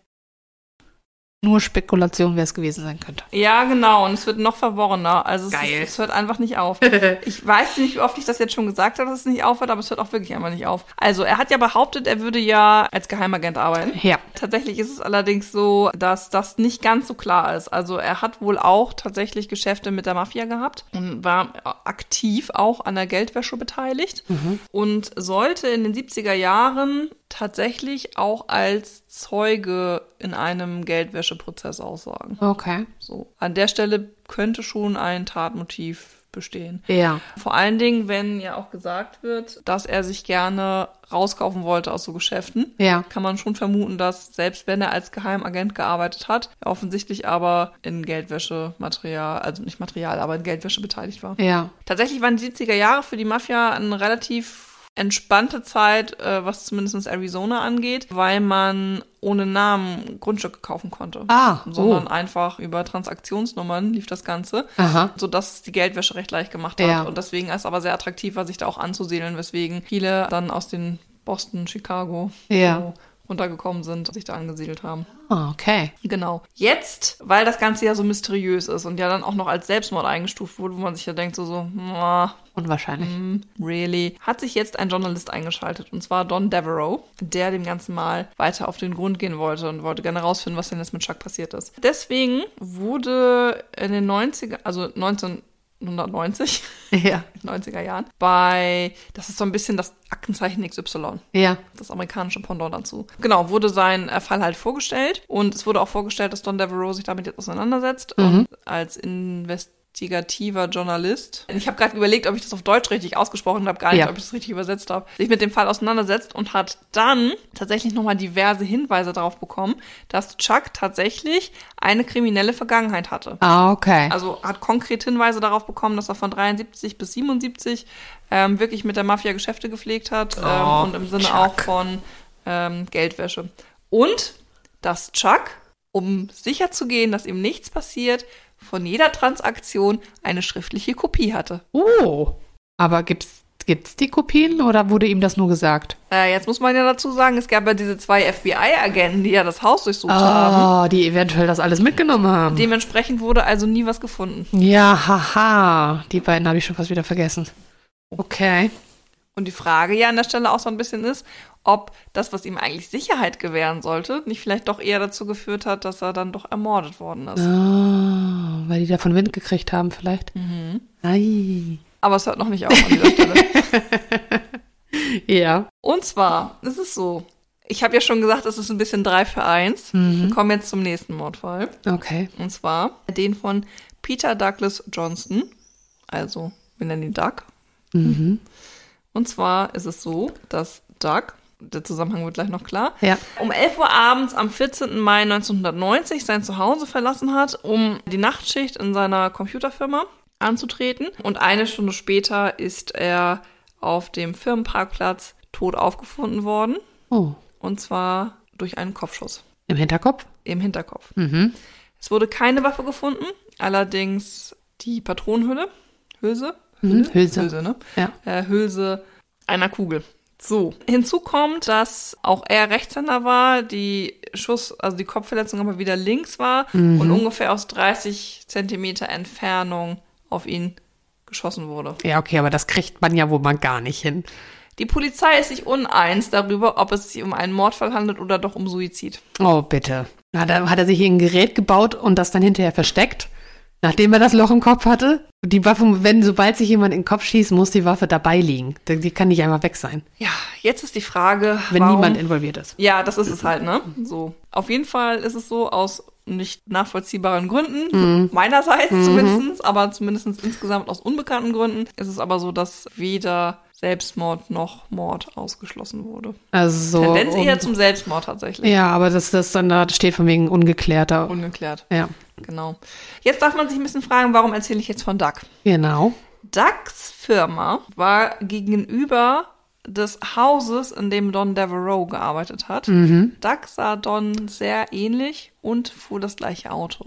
Speaker 2: Nur Spekulation, wer es gewesen sein könnte.
Speaker 1: Ja, genau, und es wird noch verworrener. Also es,
Speaker 2: Geil.
Speaker 1: Ist, es hört einfach nicht auf. Ich weiß nicht, wie oft ich das jetzt schon gesagt habe, dass es nicht aufhört, aber es hört auch wirklich einfach nicht auf. Also er hat ja behauptet, er würde ja als Geheimagent arbeiten.
Speaker 2: ja.
Speaker 1: Tatsächlich ist es allerdings so, dass das nicht ganz so klar ist. Also er hat wohl auch tatsächlich Geschäfte mit der Mafia gehabt und war aktiv auch an der Geldwäsche beteiligt und sollte in den 70er Jahren tatsächlich auch als Zeuge in einem Geldwäscheprozess aussagen.
Speaker 2: Okay.
Speaker 1: So. An der Stelle könnte schon ein Tatmotiv bestehen.
Speaker 2: Ja.
Speaker 1: Vor allen Dingen, wenn ja auch gesagt wird, dass er sich gerne rauskaufen wollte aus so Geschäften
Speaker 2: Ja.
Speaker 1: kann man schon vermuten, dass selbst wenn er als Geheimagent gearbeitet hat, er offensichtlich aber in Geldwäschematerial, also nicht Material, aber in Geldwäsche beteiligt war.
Speaker 2: Ja.
Speaker 1: Tatsächlich waren die 70er Jahre für die Mafia eine relativ entspannte Zeit, äh, was zumindest Arizona angeht, weil man ohne Namen Grundstücke kaufen konnte.
Speaker 2: Ah,
Speaker 1: Sondern
Speaker 2: oh.
Speaker 1: einfach über Transaktionsnummern lief das Ganze,
Speaker 2: Aha.
Speaker 1: sodass es die Geldwäsche recht leicht gemacht hat.
Speaker 2: Ja.
Speaker 1: Und deswegen ist es aber sehr attraktiv, war, sich da auch anzusiedeln, weswegen viele dann aus den Boston, Chicago
Speaker 2: Ja.
Speaker 1: so runtergekommen sind und sich da angesiedelt haben.
Speaker 2: Ah, okay.
Speaker 1: Genau. Jetzt, weil das Ganze ja so mysteriös ist und ja dann auch noch als Selbstmord eingestuft wurde, wo man sich ja denkt, so, so, "Mua,
Speaker 2: Unwahrscheinlich.
Speaker 1: hm, really, hat sich jetzt ein Journalist eingeschaltet und zwar Don Devereaux, der dem Ganzen mal weiter auf den Grund gehen wollte und wollte gerne rausfinden, was denn jetzt mit Chuck passiert ist. Deswegen wurde in den 90er, also 1990,
Speaker 2: Ja.
Speaker 1: 90er Jahren, bei, das ist so ein bisschen das Aktenzeichen XY
Speaker 2: Ja.
Speaker 1: das amerikanische Pendant dazu. Genau, wurde sein äh, Fall halt vorgestellt und es wurde auch vorgestellt, dass Don Devereaux sich damit jetzt auseinandersetzt und als investigativer Journalist. Ich habe gerade überlegt, ob ich das auf Deutsch richtig ausgesprochen habe, gar nicht,
Speaker 2: Ja.
Speaker 1: ob ich das richtig übersetzt habe. Sich mit dem Fall auseinandersetzt und hat dann tatsächlich nochmal diverse Hinweise darauf bekommen, dass Chuck tatsächlich eine kriminelle Vergangenheit hatte.
Speaker 2: Ah, okay.
Speaker 1: Also hat konkret Hinweise darauf bekommen, dass er von 73 bis 77 ähm, wirklich mit der Mafia Geschäfte gepflegt hat ähm,
Speaker 2: Oh,
Speaker 1: und im Sinne
Speaker 2: Chuck.
Speaker 1: auch von ähm, Geldwäsche. Und dass Chuck, um sicherzugehen, dass ihm nichts passiert, von jeder Transaktion eine schriftliche Kopie hatte.
Speaker 2: oh. Aber gibt's, gibt's die Kopien oder wurde ihm das nur gesagt?
Speaker 1: Äh, jetzt muss man ja dazu sagen, es gab ja diese zwei FBI-Agenten, die ja das Haus durchsucht haben.
Speaker 2: Ah, die eventuell das alles mitgenommen haben.
Speaker 1: Dementsprechend wurde also nie was gefunden.
Speaker 2: ja, haha. Die beiden habe ich schon fast wieder vergessen. Okay.
Speaker 1: Und die Frage ja an der Stelle auch so ein bisschen ist, ob das, was ihm eigentlich Sicherheit gewähren sollte, nicht vielleicht doch eher dazu geführt hat, dass er dann doch ermordet worden ist.
Speaker 2: Ah, weil die davon Wind gekriegt haben vielleicht. Ei.
Speaker 1: Aber es hört noch nicht auf an dieser Stelle.
Speaker 2: Ja.
Speaker 1: Und zwar ist es so, ich habe ja schon gesagt, es ist ein bisschen drei für eins. Wir kommen jetzt zum nächsten Mordfall.
Speaker 2: Okay.
Speaker 1: Und zwar den von Peter Douglas Johnston. Also, wir nennen ihn Doug.
Speaker 2: Mhm.
Speaker 1: Und zwar ist es so, dass Doug, der Zusammenhang wird gleich noch klar,
Speaker 2: Ja.
Speaker 1: um 11 Uhr abends am 14. Mai 1990 sein Zuhause verlassen hat, um die Nachtschicht in seiner Computerfirma anzutreten. Und eine Stunde später ist er auf dem Firmenparkplatz tot aufgefunden worden.
Speaker 2: Oh.
Speaker 1: Und zwar durch einen Kopfschuss
Speaker 2: Im Hinterkopf?
Speaker 1: im Hinterkopf.
Speaker 2: Mhm.
Speaker 1: Es wurde keine Waffe gefunden, allerdings die Patronenhülle, Hülse,
Speaker 2: Mhm. Hülse.
Speaker 1: Hülse, ne?
Speaker 2: Ja.
Speaker 1: äh, Hülse einer Kugel. So, hinzu kommt, dass auch er Rechtshänder war, die Schuss, also die Kopfverletzung aber wieder links war und
Speaker 2: Mhm.
Speaker 1: ungefähr aus 30 Zentimeter Entfernung auf ihn geschossen wurde.
Speaker 2: Ja, okay, aber das kriegt man ja wohl mal gar nicht hin.
Speaker 1: Die Polizei ist sich uneins darüber, ob es sich um einen Mordfall handelt oder doch um Suizid.
Speaker 2: Oh, bitte. Hat er, hat er sich hier ein Gerät gebaut und das dann hinterher versteckt, nachdem er das Loch im Kopf hatte? Die Waffe, wenn sobald sich jemand in den Kopf schießt, muss die Waffe dabei liegen. Die, die kann nicht einmal weg sein,
Speaker 1: Ja, jetzt ist die Frage,
Speaker 2: wenn
Speaker 1: warum
Speaker 2: niemand involviert ist.
Speaker 1: Ja, das ist es halt, ne? So. Auf jeden Fall ist es so, aus nicht nachvollziehbaren Gründen,
Speaker 2: Mhm.
Speaker 1: meinerseits zumindestens, aber zumindestens insgesamt aus unbekannten Gründen, ist es aber so, dass weder Selbstmord noch Mord ausgeschlossen wurde.
Speaker 2: Also
Speaker 1: Tendenz eher
Speaker 2: und-
Speaker 1: zum Selbstmord tatsächlich.
Speaker 2: ja, aber das, das dann da steht von wegen ungeklärter.
Speaker 1: Ungeklärt,
Speaker 2: Ja,
Speaker 1: genau. Jetzt darf man sich ein bisschen fragen, warum erzähle ich jetzt von Duck?
Speaker 2: genau.
Speaker 1: Ducks Firma war gegenüber des Hauses, in dem Don Devereaux gearbeitet hat.
Speaker 2: Mhm.
Speaker 1: Duck sah Don sehr ähnlich und fuhr das gleiche Auto.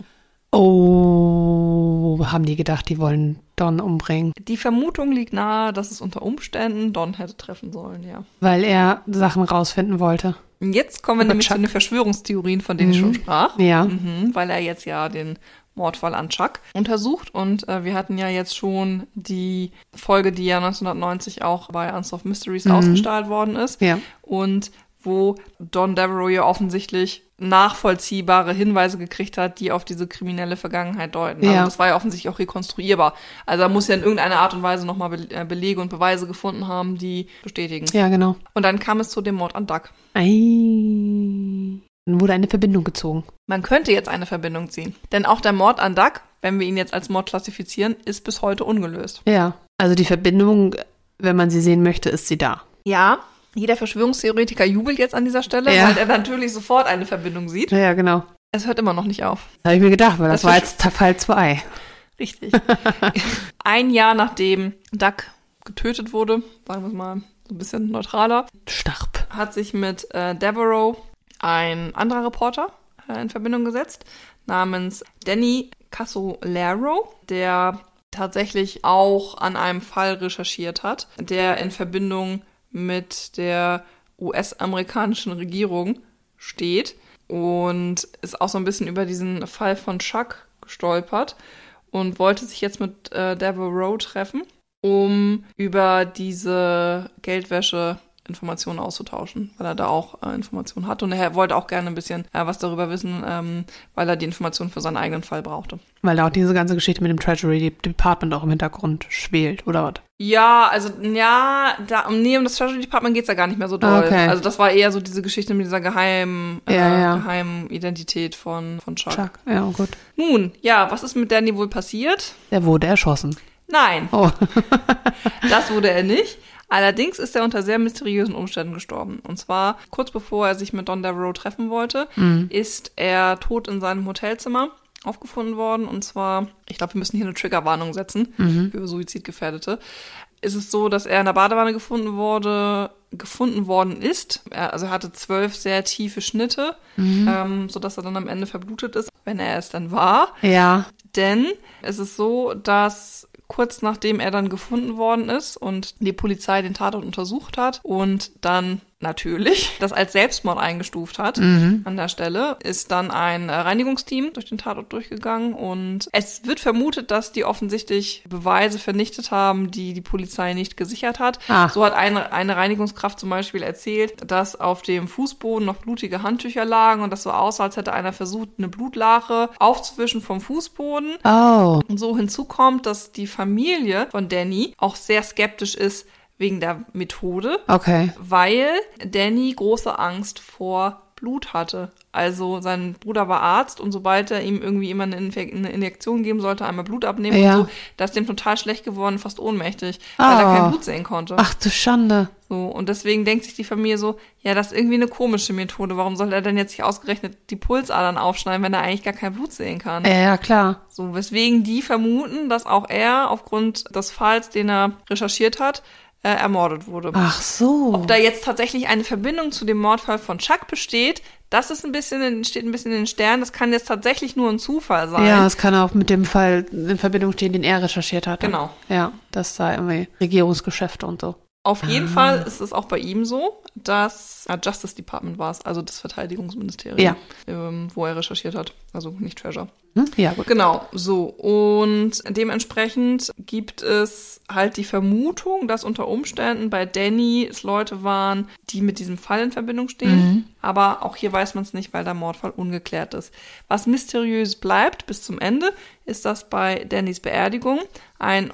Speaker 2: Oh, haben die gedacht, die wollen Don umbringen,
Speaker 1: Die Vermutung liegt nahe, dass es unter Umständen Don hätte treffen sollen, ja.
Speaker 2: weil er Sachen rausfinden wollte.
Speaker 1: Und Jetzt kommen wir
Speaker 2: Aber
Speaker 1: nämlich zu
Speaker 2: Oh, Chuck-
Speaker 1: den Verschwörungstheorien, von denen ich schon sprach.
Speaker 2: Ja.
Speaker 1: Mhm, weil er jetzt ja den Mordfall an Chuck untersucht. Und äh, wir hatten ja jetzt schon die Folge, die ja 1990 auch bei Unsolved
Speaker 2: Mhm.
Speaker 1: Mysteries ausgestrahlt worden ist.
Speaker 2: Ja.
Speaker 1: Und wo Don Devereaux ja offensichtlich nachvollziehbare Hinweise gekriegt hat, die auf diese kriminelle Vergangenheit deuten. Also
Speaker 2: Ja.
Speaker 1: das war ja offensichtlich auch rekonstruierbar. Also er muss ja in irgendeiner Art und Weise nochmal Be äh, Belege und Beweise gefunden haben, die bestätigen.
Speaker 2: Ja, genau.
Speaker 1: Und dann kam es zu dem Mord an Duck.
Speaker 2: Ei. Dann wurde eine Verbindung gezogen.
Speaker 1: Man könnte jetzt eine Verbindung ziehen. Denn auch der Mord an Duck, wenn wir ihn jetzt als Mord klassifizieren, ist bis heute ungelöst.
Speaker 2: Ja. Also die Verbindung, wenn man sie sehen möchte, ist sie da.
Speaker 1: Ja, jeder Verschwörungstheoretiker jubelt jetzt an dieser Stelle,
Speaker 2: Ja.
Speaker 1: weil er natürlich sofort eine Verbindung sieht.
Speaker 2: Ja, genau.
Speaker 1: Es hört immer noch nicht auf.
Speaker 2: Das habe ich mir gedacht, weil das,
Speaker 1: Das
Speaker 2: war
Speaker 1: ist-
Speaker 2: jetzt Fall 2.
Speaker 1: Richtig. Ein Jahr nachdem Duck getötet wurde, sagen wir es mal so ein bisschen neutraler,
Speaker 2: Starb.
Speaker 1: hat sich mit äh, Devereaux ein anderer Reporter äh, in Verbindung gesetzt, namens Danny Casolaro, der tatsächlich auch an einem Fall recherchiert hat, der in Verbindung mit der US-amerikanischen Regierung steht und ist auch so ein bisschen über diesen Fall von Chuck gestolpert und wollte sich jetzt mit äh, Devereaux treffen, um über diese Geldwäsche Informationen auszutauschen, weil er da auch äh, Informationen hat und er wollte auch gerne ein bisschen äh, was darüber wissen, ähm, weil er die Informationen für seinen eigenen Fall brauchte.
Speaker 2: Weil da auch diese ganze Geschichte mit dem Treasury Department auch im Hintergrund schwelt, oder was?
Speaker 1: Ja, also ja, da, nee, um das Treasury Department geht's ja gar nicht mehr so doll.
Speaker 2: Ah, Okay.
Speaker 1: Also das war eher so diese Geschichte mit dieser geheimen, äh,
Speaker 2: Ja, ja.
Speaker 1: geheimen Identität von, von Chuck.
Speaker 2: Chuck. Ja, oh gut.
Speaker 1: Nun, ja, was ist mit Danny wohl passiert?
Speaker 2: Der wurde erschossen.
Speaker 1: Nein,
Speaker 2: Oh.
Speaker 1: das wurde er nicht. Allerdings ist er unter sehr mysteriösen Umständen gestorben. Und zwar kurz bevor er sich mit Don Devereaux treffen wollte, ist er tot in seinem Hotelzimmer aufgefunden worden. Und zwar, ich glaube, wir müssen hier eine Triggerwarnung setzen für Suizidgefährdete. Ist es so, dass er in der Badewanne gefunden wurde, gefunden worden ist. Er, also er hatte zwölf sehr tiefe Schnitte, ähm, sodass er dann am Ende verblutet ist, wenn er es dann war.
Speaker 2: Ja.
Speaker 1: Denn es ist so, dass kurz nachdem er dann gefunden worden ist und die Polizei den Tatort untersucht hat und dann natürlich das als Selbstmord eingestuft hat an der Stelle, ist dann ein äh, Reinigungsteam durch den Tatort durchgegangen und es wird vermutet, dass die offensichtlich Beweise vernichtet haben, die die Polizei nicht gesichert hat.
Speaker 2: Ah.
Speaker 1: So hat eine, eine Reinigungskraft zum Beispiel erzählt, dass auf dem Fußboden noch blutige Handtücher lagen und das so aussah, als hätte einer versucht, eine Blutlache aufzuwischen vom Fußboden.
Speaker 2: Oh.
Speaker 1: Und so hinzu kommt, dass die Familie von Danny auch sehr skeptisch ist wegen der Methode,
Speaker 2: Okay.
Speaker 1: weil Danny große Angst vor Blut hatte. Also sein Bruder war Arzt und sobald er ihm irgendwie immer eine, Infe eine Injektion geben sollte, einmal Blut abnehmen
Speaker 2: Ja.
Speaker 1: und so, da ist dem total schlecht geworden, fast ohnmächtig, weil er
Speaker 2: Ah.
Speaker 1: kein Blut sehen konnte.
Speaker 2: Ach du Schande.
Speaker 1: So, und deswegen denkt sich die Familie so, ja, das ist irgendwie eine komische Methode. Warum soll er denn jetzt sich ausgerechnet die Pulsadern aufschneiden, wenn er eigentlich gar kein Blut sehen kann?
Speaker 2: Ja, ja, klar.
Speaker 1: So, weswegen die vermuten, dass auch er aufgrund des Falls, den er recherchiert hat, äh, ermordet wurde.
Speaker 2: Ach so.
Speaker 1: Ob da jetzt tatsächlich eine Verbindung zu dem Mordfall von Chuck besteht, das ist ein bisschen, in- steht ein bisschen in den Sternen. Das kann jetzt tatsächlich nur ein Zufall sein.
Speaker 2: Ja, es kann auch mit dem Fall in Verbindung stehen, den er recherchiert hat.
Speaker 1: Genau.
Speaker 2: Ja, das sei irgendwie Regierungsgeschäfte und so.
Speaker 1: Auf jeden Fall ist es auch bei ihm so, dass ah, Justice Department war es, also das Verteidigungsministerium,
Speaker 2: Ja.
Speaker 1: ähm, wo er recherchiert hat. Also nicht Treasure.
Speaker 2: Hm? Ja, gut.
Speaker 1: Genau, so. Und dementsprechend gibt es halt die Vermutung, dass unter Umständen bei Danny es Leute waren, die mit diesem Fall in Verbindung stehen. Aber auch hier weiß man es nicht, weil der Mordfall ungeklärt ist. Was mysteriös bleibt bis zum Ende, ist, dass bei Dannys Beerdigung ein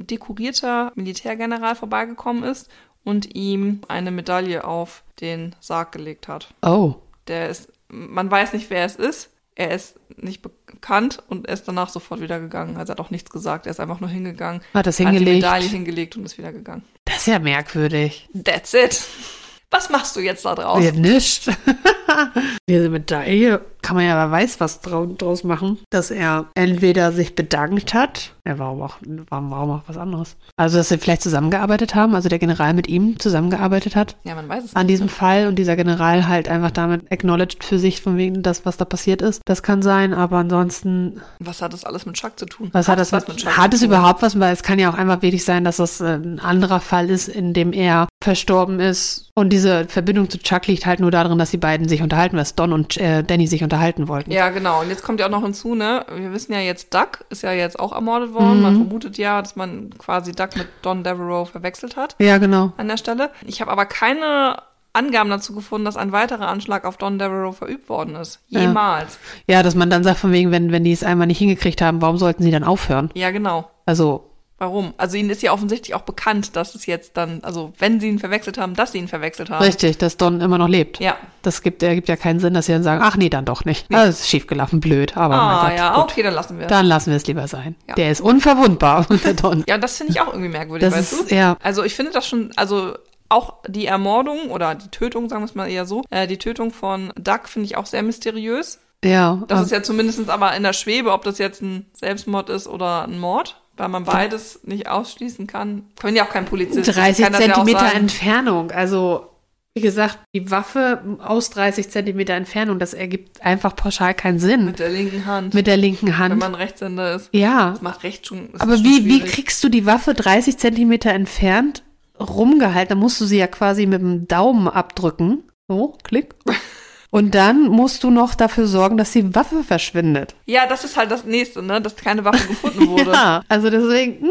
Speaker 1: hochdekorierter Militärgeneral vorbeigekommen ist und ihm eine Medaille auf den Sarg gelegt hat
Speaker 2: Oh.
Speaker 1: der ist, man weiß nicht, wer es ist. Er ist nicht bekannt und er ist danach sofort wieder gegangen. Also er hat auch nichts gesagt. Er ist einfach nur hingegangen,
Speaker 2: Hat das
Speaker 1: hat die
Speaker 2: hingelegt.
Speaker 1: Medaille hingelegt und ist wieder gegangen.
Speaker 2: Das ist ja merkwürdig.
Speaker 1: That's it. Was machst du jetzt da draus?
Speaker 2: Ja, nicht. Diese Medaille kann man ja, wer weiß, was drau draus machen. Dass er entweder sich bedankt hat, ja, warum auch, warum, warum auch was anderes. Also, dass sie vielleicht zusammengearbeitet haben, also der General mit ihm zusammengearbeitet hat
Speaker 1: Ja, man weiß es
Speaker 2: an
Speaker 1: nicht.
Speaker 2: diesem Fall und dieser General halt einfach damit acknowledged für sich, von wegen das, was da passiert ist. Das kann sein, aber ansonsten
Speaker 1: Was hat das alles mit Chuck zu tun?
Speaker 2: Was hat das
Speaker 1: was
Speaker 2: mit, hat es überhaupt was, weil es kann ja auch einfach wirklich sein, dass das äh, ein anderer Fall ist, in dem er verstorben ist und diese Verbindung zu Chuck liegt halt nur darin, dass die beiden sich unterhalten, was Don und äh, Danny sich unterhalten wollten.
Speaker 1: Ja, genau. Und jetzt kommt ja auch noch hinzu, ne? Wir wissen ja jetzt, Duck ist ja jetzt auch ermordet worden.
Speaker 2: Mhm.
Speaker 1: Man vermutet ja, dass man quasi Duck mit Don Devereaux verwechselt hat.
Speaker 2: Ja, genau.
Speaker 1: an der Stelle. Ich habe aber keine Angaben dazu gefunden, dass ein weiterer Anschlag auf Don Devereaux verübt worden ist.
Speaker 2: Ja.
Speaker 1: Jemals.
Speaker 2: Ja, dass man dann sagt von wegen, wenn wenn die es einmal nicht hingekriegt haben, warum sollten sie dann aufhören?
Speaker 1: Ja, genau.
Speaker 2: Also
Speaker 1: Warum? Also ihnen ist ja offensichtlich auch bekannt, dass es jetzt dann, also wenn sie ihn verwechselt haben, dass sie ihn verwechselt haben.
Speaker 2: richtig, dass Don immer noch lebt.
Speaker 1: Ja.
Speaker 2: Das gibt ergibt ja keinen Sinn, dass sie dann sagen, ach nee, dann doch nicht. Ah, das ist schiefgelaufen, blöd, aber
Speaker 1: ah,
Speaker 2: Oh mein Gott.
Speaker 1: ja,
Speaker 2: gut.
Speaker 1: okay, dann lassen wir. es.
Speaker 2: Dann lassen wir es lieber sein.
Speaker 1: Ja.
Speaker 2: Der ist unverwundbar, der Don.
Speaker 1: Ja, das finde ich auch irgendwie merkwürdig,
Speaker 2: Das
Speaker 1: weißt
Speaker 2: ist,
Speaker 1: du?
Speaker 2: ja.
Speaker 1: Also ich finde das schon, also auch die Ermordung oder die Tötung, sagen wir es mal eher so, äh, die Tötung von Duck finde ich auch sehr mysteriös.
Speaker 2: Ja.
Speaker 1: Das ist ja zumindest aber in der Schwebe, ob das jetzt ein Selbstmord ist oder ein Mord, weil man beides nicht ausschließen kann. Können ja auch kein Polizist.
Speaker 2: 30
Speaker 1: kann das ja auch
Speaker 2: Zentimeter
Speaker 1: sagen.
Speaker 2: Entfernung. Also, wie gesagt, die Waffe aus 30 Zentimeter Entfernung, das ergibt einfach pauschal keinen Sinn
Speaker 1: Mit der linken Hand.
Speaker 2: mit der linken
Speaker 1: wenn
Speaker 2: Hand.
Speaker 1: man Rechtshänder ist.
Speaker 2: Ja,
Speaker 1: Das macht recht schon. das
Speaker 2: aber
Speaker 1: ist
Speaker 2: wie,
Speaker 1: schon
Speaker 2: wie
Speaker 1: schwierig.
Speaker 2: kriegst du die Waffe 30 Zentimeter entfernt rumgehalten? Dann musst du sie ja quasi mit dem Daumen abdrücken. So, klick. Und dann musst du noch dafür sorgen, dass die Waffe verschwindet.
Speaker 1: Ja, das ist halt das nächste, ne? Dass keine Waffe gefunden wurde.
Speaker 2: Ja, also deswegen, hm,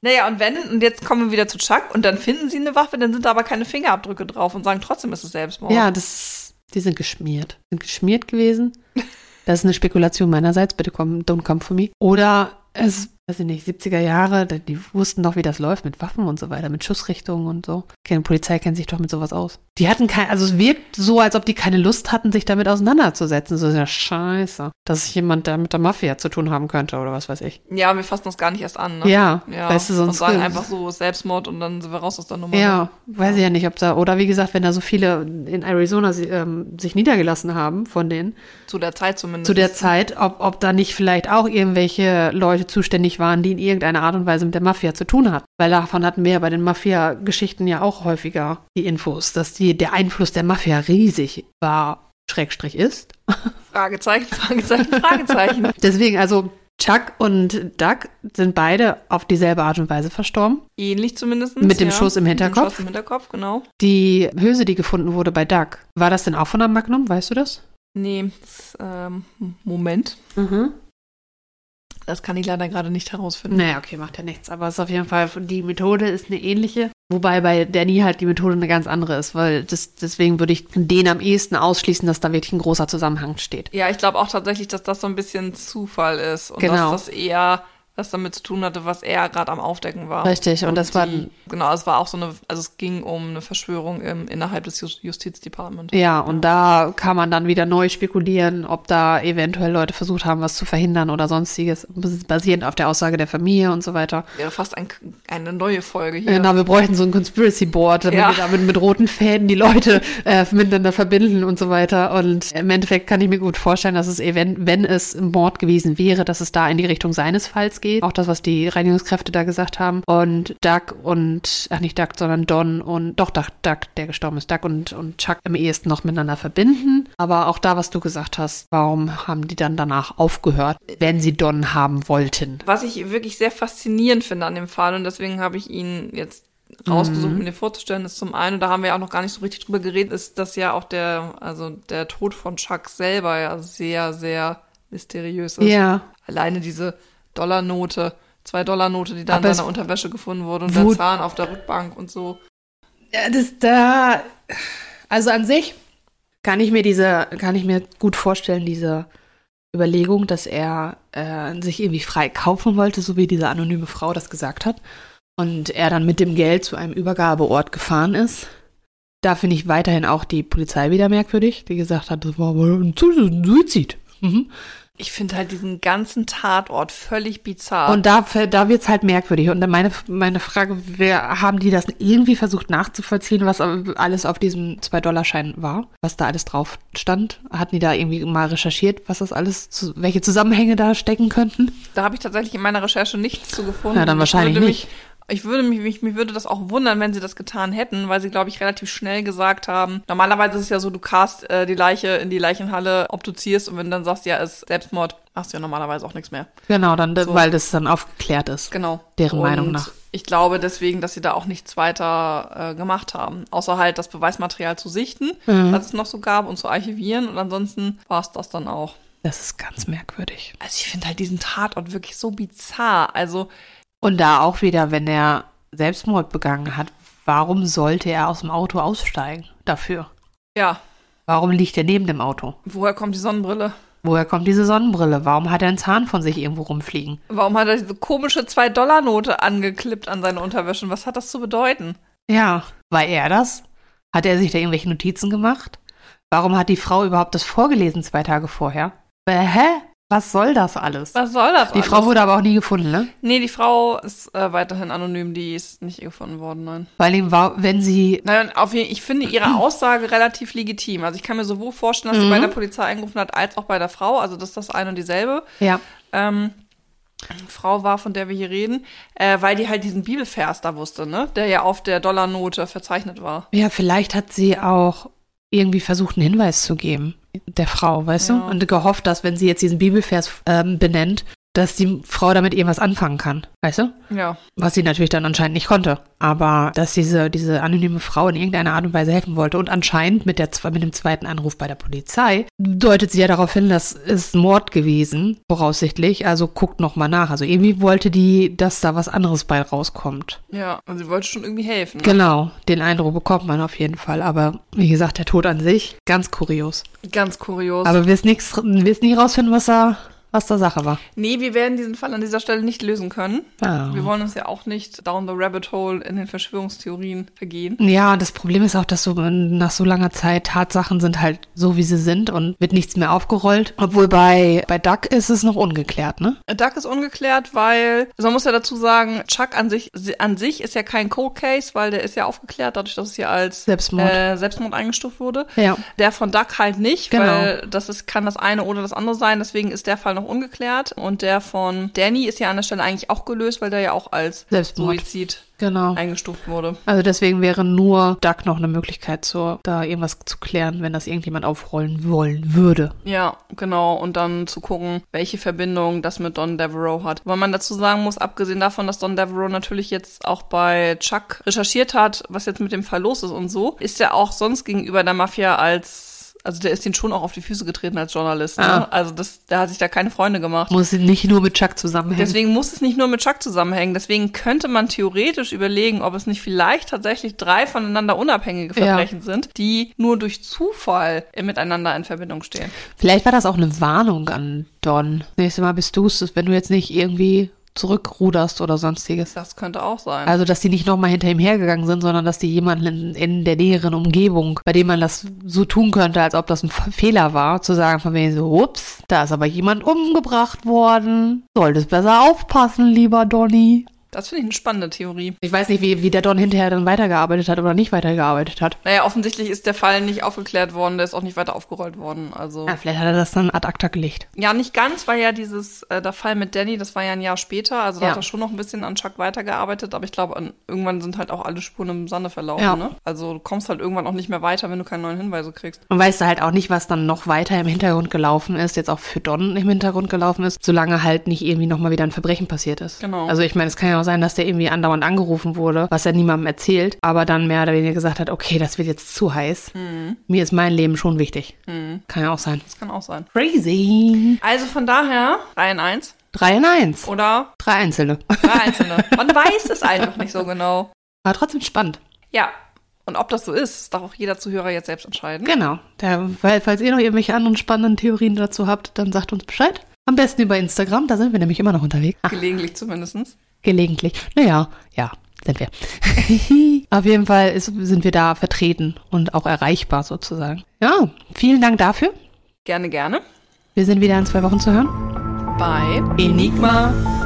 Speaker 1: Naja, und wenn, und jetzt kommen wir wieder zu Chuck und dann finden sie eine Waffe, dann sind da aber keine Fingerabdrücke drauf und sagen trotzdem ist es Selbstmord.
Speaker 2: ja, das, die sind geschmiert. Sind geschmiert gewesen. Das ist eine Spekulation meinerseits. Bitte komm, don't come for me. Oder es, weiß ich nicht, 70er Jahre, da- die wussten doch, wie das läuft mit Waffen und so weiter, mit Schussrichtungen und so. Die Polizei kennt sich doch mit sowas aus. Die hatten kein, also es wirkt so, als ob die keine Lust hatten, sich damit auseinanderzusetzen. So ist ja scheiße, dass sich jemand da mit der Mafia zu tun haben könnte oder was weiß ich.
Speaker 1: ja, wir fassen das gar nicht erst an, ne?
Speaker 2: Ja,
Speaker 1: Ja,
Speaker 2: weißt du, sonst.
Speaker 1: und sagen einfach so ist Selbstmord und dann sind wir raus aus der Nummer. ne?
Speaker 2: Ja, weiß ich ja nicht, ob da, oder wie gesagt, wenn da so viele in Arizona si- ähm, sich niedergelassen haben von denen,
Speaker 1: Zu der Zeit zumindest.
Speaker 2: zu der Zeit, ob, ob da nicht vielleicht auch irgendwelche Leute zuständig waren, die in irgendeiner Art und Weise mit der Mafia zu tun hatten. Weil davon hatten wir ja bei den Mafia-Geschichten ja auch häufiger die Infos, dass die, der Einfluss der Mafia riesig war, Schrägstrich ist.
Speaker 1: Fragezeichen, Fragezeichen, Fragezeichen.
Speaker 2: Deswegen, also Chuck und Doug sind beide auf dieselbe Art und Weise verstorben.
Speaker 1: Ähnlich zumindest.
Speaker 2: Mit dem
Speaker 1: ja.
Speaker 2: Schuss im
Speaker 1: Mit dem
Speaker 2: Hinterkopf.
Speaker 1: Schuss im Hinterkopf, genau.
Speaker 2: Die Hülse, die gefunden wurde bei Doug, war das denn auch von der Magnum? Weißt du das?
Speaker 1: Nee, das, ähm, Moment.
Speaker 2: Mhm.
Speaker 1: Das kann ich leider gerade nicht herausfinden.
Speaker 2: Naja, okay, macht ja nichts. Aber es ist auf jeden Fall, die Methode ist eine ähnliche. Wobei bei Danny halt die Methode eine ganz andere ist, weil das, deswegen würde ich den am ehesten ausschließen, dass da wirklich ein großer Zusammenhang steht.
Speaker 1: Ja, ich glaube auch tatsächlich, dass das so ein bisschen Zufall ist. Und
Speaker 2: Genau.
Speaker 1: dass das eher was damit zu tun hatte, was er gerade am Aufdecken war.
Speaker 2: Richtig, und das war-
Speaker 1: Die, genau, es war auch so eine, also es ging um eine Verschwörung im, innerhalb des Jus- Justizdepartment.
Speaker 2: Ja, und da kann man dann wieder neu spekulieren, ob da eventuell Leute versucht haben, was zu verhindern oder sonstiges, basierend auf der Aussage der Familie und so weiter.
Speaker 1: Wäre fast ein, eine neue Folge hier.
Speaker 2: Genau, wir bräuchten so ein Conspiracy Board, damit
Speaker 1: Ja.
Speaker 2: wir damit mit roten Fäden die Leute äh, miteinander verbinden und so weiter. Und im Endeffekt kann ich mir gut vorstellen, dass es, even, wenn es ein Mord gewesen wäre, dass es da in die Richtung seines Falls geht. Auch das, was die Reinigungskräfte da gesagt haben. Und Doug und, ach nicht Doug, sondern Don und, doch, Doug, Doug der gestorben ist, Doug und, und Chuck im ehesten noch miteinander verbinden. Aber auch da, was du gesagt hast, warum haben die dann danach aufgehört, wenn sie Don haben wollten?
Speaker 1: Was ich wirklich sehr faszinierend finde an dem Fall und deswegen habe ich ihn jetzt rausgesucht,
Speaker 2: Mhm.
Speaker 1: mir den vorzustellen, ist zum einen, und da haben wir ja auch noch gar nicht so richtig drüber geredet, ist, dass ja auch der, also der Tod von Chuck selber ja sehr, sehr mysteriös ist.
Speaker 2: Ja.
Speaker 1: Alleine diese Dollarnote, zwei Dollarnote, die da in
Speaker 2: Aber es-
Speaker 1: seiner Unterwäsche gefunden wurde und
Speaker 2: Wo-
Speaker 1: der Zahn auf der Rückbank und so.
Speaker 2: Ja, Das da. Also an sich kann ich mir diese, kann ich mir gut vorstellen, diese Überlegung, dass er äh, sich irgendwie frei kaufen wollte, so wie diese anonyme Frau das gesagt hat. Und er dann mit dem Geld zu einem Übergabeort gefahren ist. Da finde ich weiterhin auch die Polizei wieder merkwürdig, die gesagt hat, das war wohl ein Zu- ein Suizid. Mhm.
Speaker 1: Ich finde halt diesen ganzen Tatort völlig bizarr.
Speaker 2: Und da, da wird's halt merkwürdig. Und dann meine, meine Frage, wer, haben die das irgendwie versucht nachzuvollziehen, was alles auf diesem 2-Dollar-Schein war? Was da alles drauf stand? Hatten die da irgendwie mal recherchiert, was das alles, zu, welche Zusammenhänge da stecken könnten?
Speaker 1: da habe ich tatsächlich in meiner Recherche nichts zu gefunden.
Speaker 2: Ja, dann
Speaker 1: Ich
Speaker 2: wahrscheinlich
Speaker 1: würde
Speaker 2: nicht.
Speaker 1: Mich, ich würde mich, mich, mich würde das auch wundern, wenn sie das getan hätten, weil sie, glaube ich, relativ schnell gesagt haben. Normalerweise ist es ja so, du cast äh, die Leiche in die Leichenhalle, obduzierst und wenn du dann sagst, ja, ist Selbstmord, machst du ja normalerweise auch nichts mehr.
Speaker 2: Genau, dann,
Speaker 1: So.
Speaker 2: weil das dann aufgeklärt ist.
Speaker 1: Genau.
Speaker 2: Deren
Speaker 1: und
Speaker 2: Meinung nach.
Speaker 1: Ich glaube deswegen, dass sie da auch nichts weiter äh, gemacht haben, außer halt das Beweismaterial zu sichten,
Speaker 2: Mhm.
Speaker 1: was es noch so gab und zu archivieren und ansonsten war es das dann auch.
Speaker 2: Das ist ganz merkwürdig.
Speaker 1: Also ich finde halt diesen Tatort wirklich so bizarr. Also
Speaker 2: Und da auch wieder, wenn er Selbstmord begangen hat, warum sollte er aus dem Auto aussteigen dafür?
Speaker 1: ja,
Speaker 2: Warum liegt er neben dem Auto?
Speaker 1: woher kommt die Sonnenbrille?
Speaker 2: Woher kommt diese Sonnenbrille? Warum hat er einen Zahn von sich irgendwo rumfliegen?
Speaker 1: Warum hat er diese komische 2-Dollar-Note angeklippt an seine Unterwäsche? Was hat das zu bedeuten?
Speaker 2: Ja, war er das? Hat er sich da irgendwelche Notizen gemacht? Warum hat die Frau überhaupt das vorgelesen zwei Tage vorher? Äh, Hä? Was soll das alles?
Speaker 1: Was soll das?
Speaker 2: die
Speaker 1: alles?
Speaker 2: Frau wurde aber auch nie gefunden, ne?
Speaker 1: Nee, die Frau ist äh, weiterhin anonym, die ist nicht gefunden worden, nein.
Speaker 2: Vor allem, war, wenn sie.
Speaker 1: Naja, und auf jeden, ich finde ihre Aussage relativ legitim. Also ich kann mir sowohl vorstellen, dass sie
Speaker 2: Mhm.
Speaker 1: bei der Polizei eingerufen hat, als auch bei der Frau. Also das ist das eine und dieselbe
Speaker 2: Ja.
Speaker 1: ähm, Frau war, von der wir hier reden, äh, weil die halt diesen Bibelvers da wusste, ne? Der ja auf der Dollarnote verzeichnet war.
Speaker 2: Ja, vielleicht hat sie auch irgendwie versucht, einen Hinweis zu geben, der Frau, weißt
Speaker 1: Ja.
Speaker 2: du? Und gehofft, dass, wenn sie jetzt diesen Bibelvers ähm, benennt, dass die Frau damit irgendwas anfangen kann, weißt du?
Speaker 1: Ja.
Speaker 2: Was sie natürlich dann anscheinend nicht konnte. Aber dass diese, diese anonyme Frau in irgendeiner Art und Weise helfen wollte und anscheinend mit, der, zwe- mit dem zweiten Anruf bei der Polizei deutet sie ja darauf hin, das ist Mord gewesen, voraussichtlich. Also guckt nochmal nach. Also irgendwie wollte die, dass da was anderes bei rauskommt.
Speaker 1: Ja. Und sie wollte schon irgendwie helfen. Ne?
Speaker 2: Genau, den Eindruck bekommt man auf jeden Fall. Aber wie gesagt, der Tod an sich, ganz kurios.
Speaker 1: Ganz kurios.
Speaker 2: Aber wir wirst nix- wirst nie rausfinden, was da, was da Sache war.
Speaker 1: nee, wir werden diesen Fall an dieser Stelle nicht lösen können.
Speaker 2: Ah.
Speaker 1: Wir wollen uns ja auch nicht down the rabbit hole in den Verschwörungstheorien vergehen.
Speaker 2: Ja, und das Problem ist auch, dass so nach so langer Zeit Tatsachen sind halt so, wie sie sind und wird nichts mehr aufgerollt. Obwohl bei, bei Duck ist es noch ungeklärt, ne?
Speaker 1: Duck ist ungeklärt, weil, also man muss ja dazu sagen, Chuck an sich, an sich ist ja kein Cold Case, weil der ist ja aufgeklärt, dadurch, dass es ja als
Speaker 2: Selbstmord.
Speaker 1: Äh, Selbstmord eingestuft wurde.
Speaker 2: Ja.
Speaker 1: Der von Duck halt nicht,
Speaker 2: Genau.
Speaker 1: weil das ist, kann das eine oder das andere sein, deswegen ist der Fall noch ungeklärt. Und der von Danny ist ja an der Stelle eigentlich auch gelöst, weil der ja auch als
Speaker 2: Selbstmord.
Speaker 1: Suizid
Speaker 2: Genau.
Speaker 1: eingestuft wurde.
Speaker 2: Also deswegen wäre nur Duck noch eine Möglichkeit, zur, da irgendwas zu klären, wenn das irgendjemand aufrollen wollen würde.
Speaker 1: Ja, genau. Und dann zu gucken, welche Verbindung das mit Don Devereaux hat. Weil man dazu sagen muss, abgesehen davon, dass Don Devereaux natürlich jetzt auch bei Chuck recherchiert hat, was jetzt mit dem Fall los ist und so, ist er auch sonst gegenüber der Mafia als, also der ist den schon auch auf die Füße getreten als Journalist.
Speaker 2: Ah.
Speaker 1: Ne? Also das, der hat sich da keine Freunde gemacht.
Speaker 2: Muss nicht nur mit Chuck zusammenhängen.
Speaker 1: Deswegen muss es nicht nur mit Chuck zusammenhängen. Deswegen könnte man theoretisch überlegen, ob es nicht vielleicht tatsächlich drei voneinander unabhängige
Speaker 2: Ja.
Speaker 1: Verbrechen sind, die nur durch Zufall miteinander in Verbindung stehen.
Speaker 2: Vielleicht war das auch eine Warnung an Don. Nächstes Mal bist du es, wenn du jetzt nicht irgendwie zurückruderst oder sonstiges.
Speaker 1: Das könnte auch sein.
Speaker 2: Also, dass die nicht nochmal hinter ihm hergegangen sind, sondern dass die jemanden in, in der näheren Umgebung, bei dem man das so tun könnte, als ob das ein F- Fehler war, zu sagen von wegen so, ups, da ist aber jemand umgebracht worden. Solltest besser aufpassen, lieber Donny.
Speaker 1: Das finde ich eine spannende Theorie.
Speaker 2: Ich weiß nicht, wie, wie der Don hinterher dann weitergearbeitet hat oder nicht weitergearbeitet hat.
Speaker 1: Naja, offensichtlich ist der Fall nicht aufgeklärt worden, der ist auch nicht weiter aufgerollt worden. Also
Speaker 2: Ja, Ah, vielleicht hat er das dann ad acta gelegt.
Speaker 1: ja, nicht ganz, weil ja dieses äh, der Fall mit Danny, das war ja ein Jahr später, also da
Speaker 2: Ja.
Speaker 1: hat er schon noch ein bisschen an Chuck weitergearbeitet, aber ich glaube, an- irgendwann sind halt auch alle Spuren im Sande verlaufen.
Speaker 2: Ja.
Speaker 1: Ne? Also du kommst halt irgendwann auch nicht mehr weiter, wenn du keine neuen Hinweise kriegst.
Speaker 2: Man weiß da halt auch nicht, was dann noch weiter im Hintergrund gelaufen ist, jetzt auch für Don im Hintergrund gelaufen ist, solange halt nicht irgendwie nochmal wieder ein Verbrechen passiert ist.
Speaker 1: Genau.
Speaker 2: Also ich meine, es kann ja auch auch sein, dass der irgendwie andauernd angerufen wurde, was er niemandem erzählt, aber dann mehr oder weniger gesagt hat, okay, das wird jetzt zu heiß.
Speaker 1: Hm.
Speaker 2: Mir ist mein Leben schon wichtig. Kann ja auch sein.
Speaker 1: Mhm. Das kann auch sein.
Speaker 2: Crazy.
Speaker 1: Also von daher, 3 in 1
Speaker 2: Drei in eins.
Speaker 1: oder
Speaker 2: Drei Einzelne.
Speaker 1: drei Einzelne. Man weiß es einfach nicht so genau.
Speaker 2: War trotzdem spannend.
Speaker 1: Ja. Und ob das so ist, das darf auch jeder Zuhörer jetzt selbst entscheiden.
Speaker 2: Genau. Da, weil, falls ihr noch irgendwelche anderen spannenden Theorien dazu habt, dann sagt uns Bescheid. Am besten über Instagram, da sind wir nämlich immer noch unterwegs. Ach,
Speaker 1: Gelegentlich zumindest.
Speaker 2: gelegentlich. Naja, ja, sind wir. Auf jeden Fall ist, sind wir da vertreten und auch erreichbar sozusagen. Ja, vielen Dank dafür.
Speaker 1: Gerne, gerne.
Speaker 2: Wir sind wieder in zwei Wochen zu hören.
Speaker 1: Bei
Speaker 2: Enigma.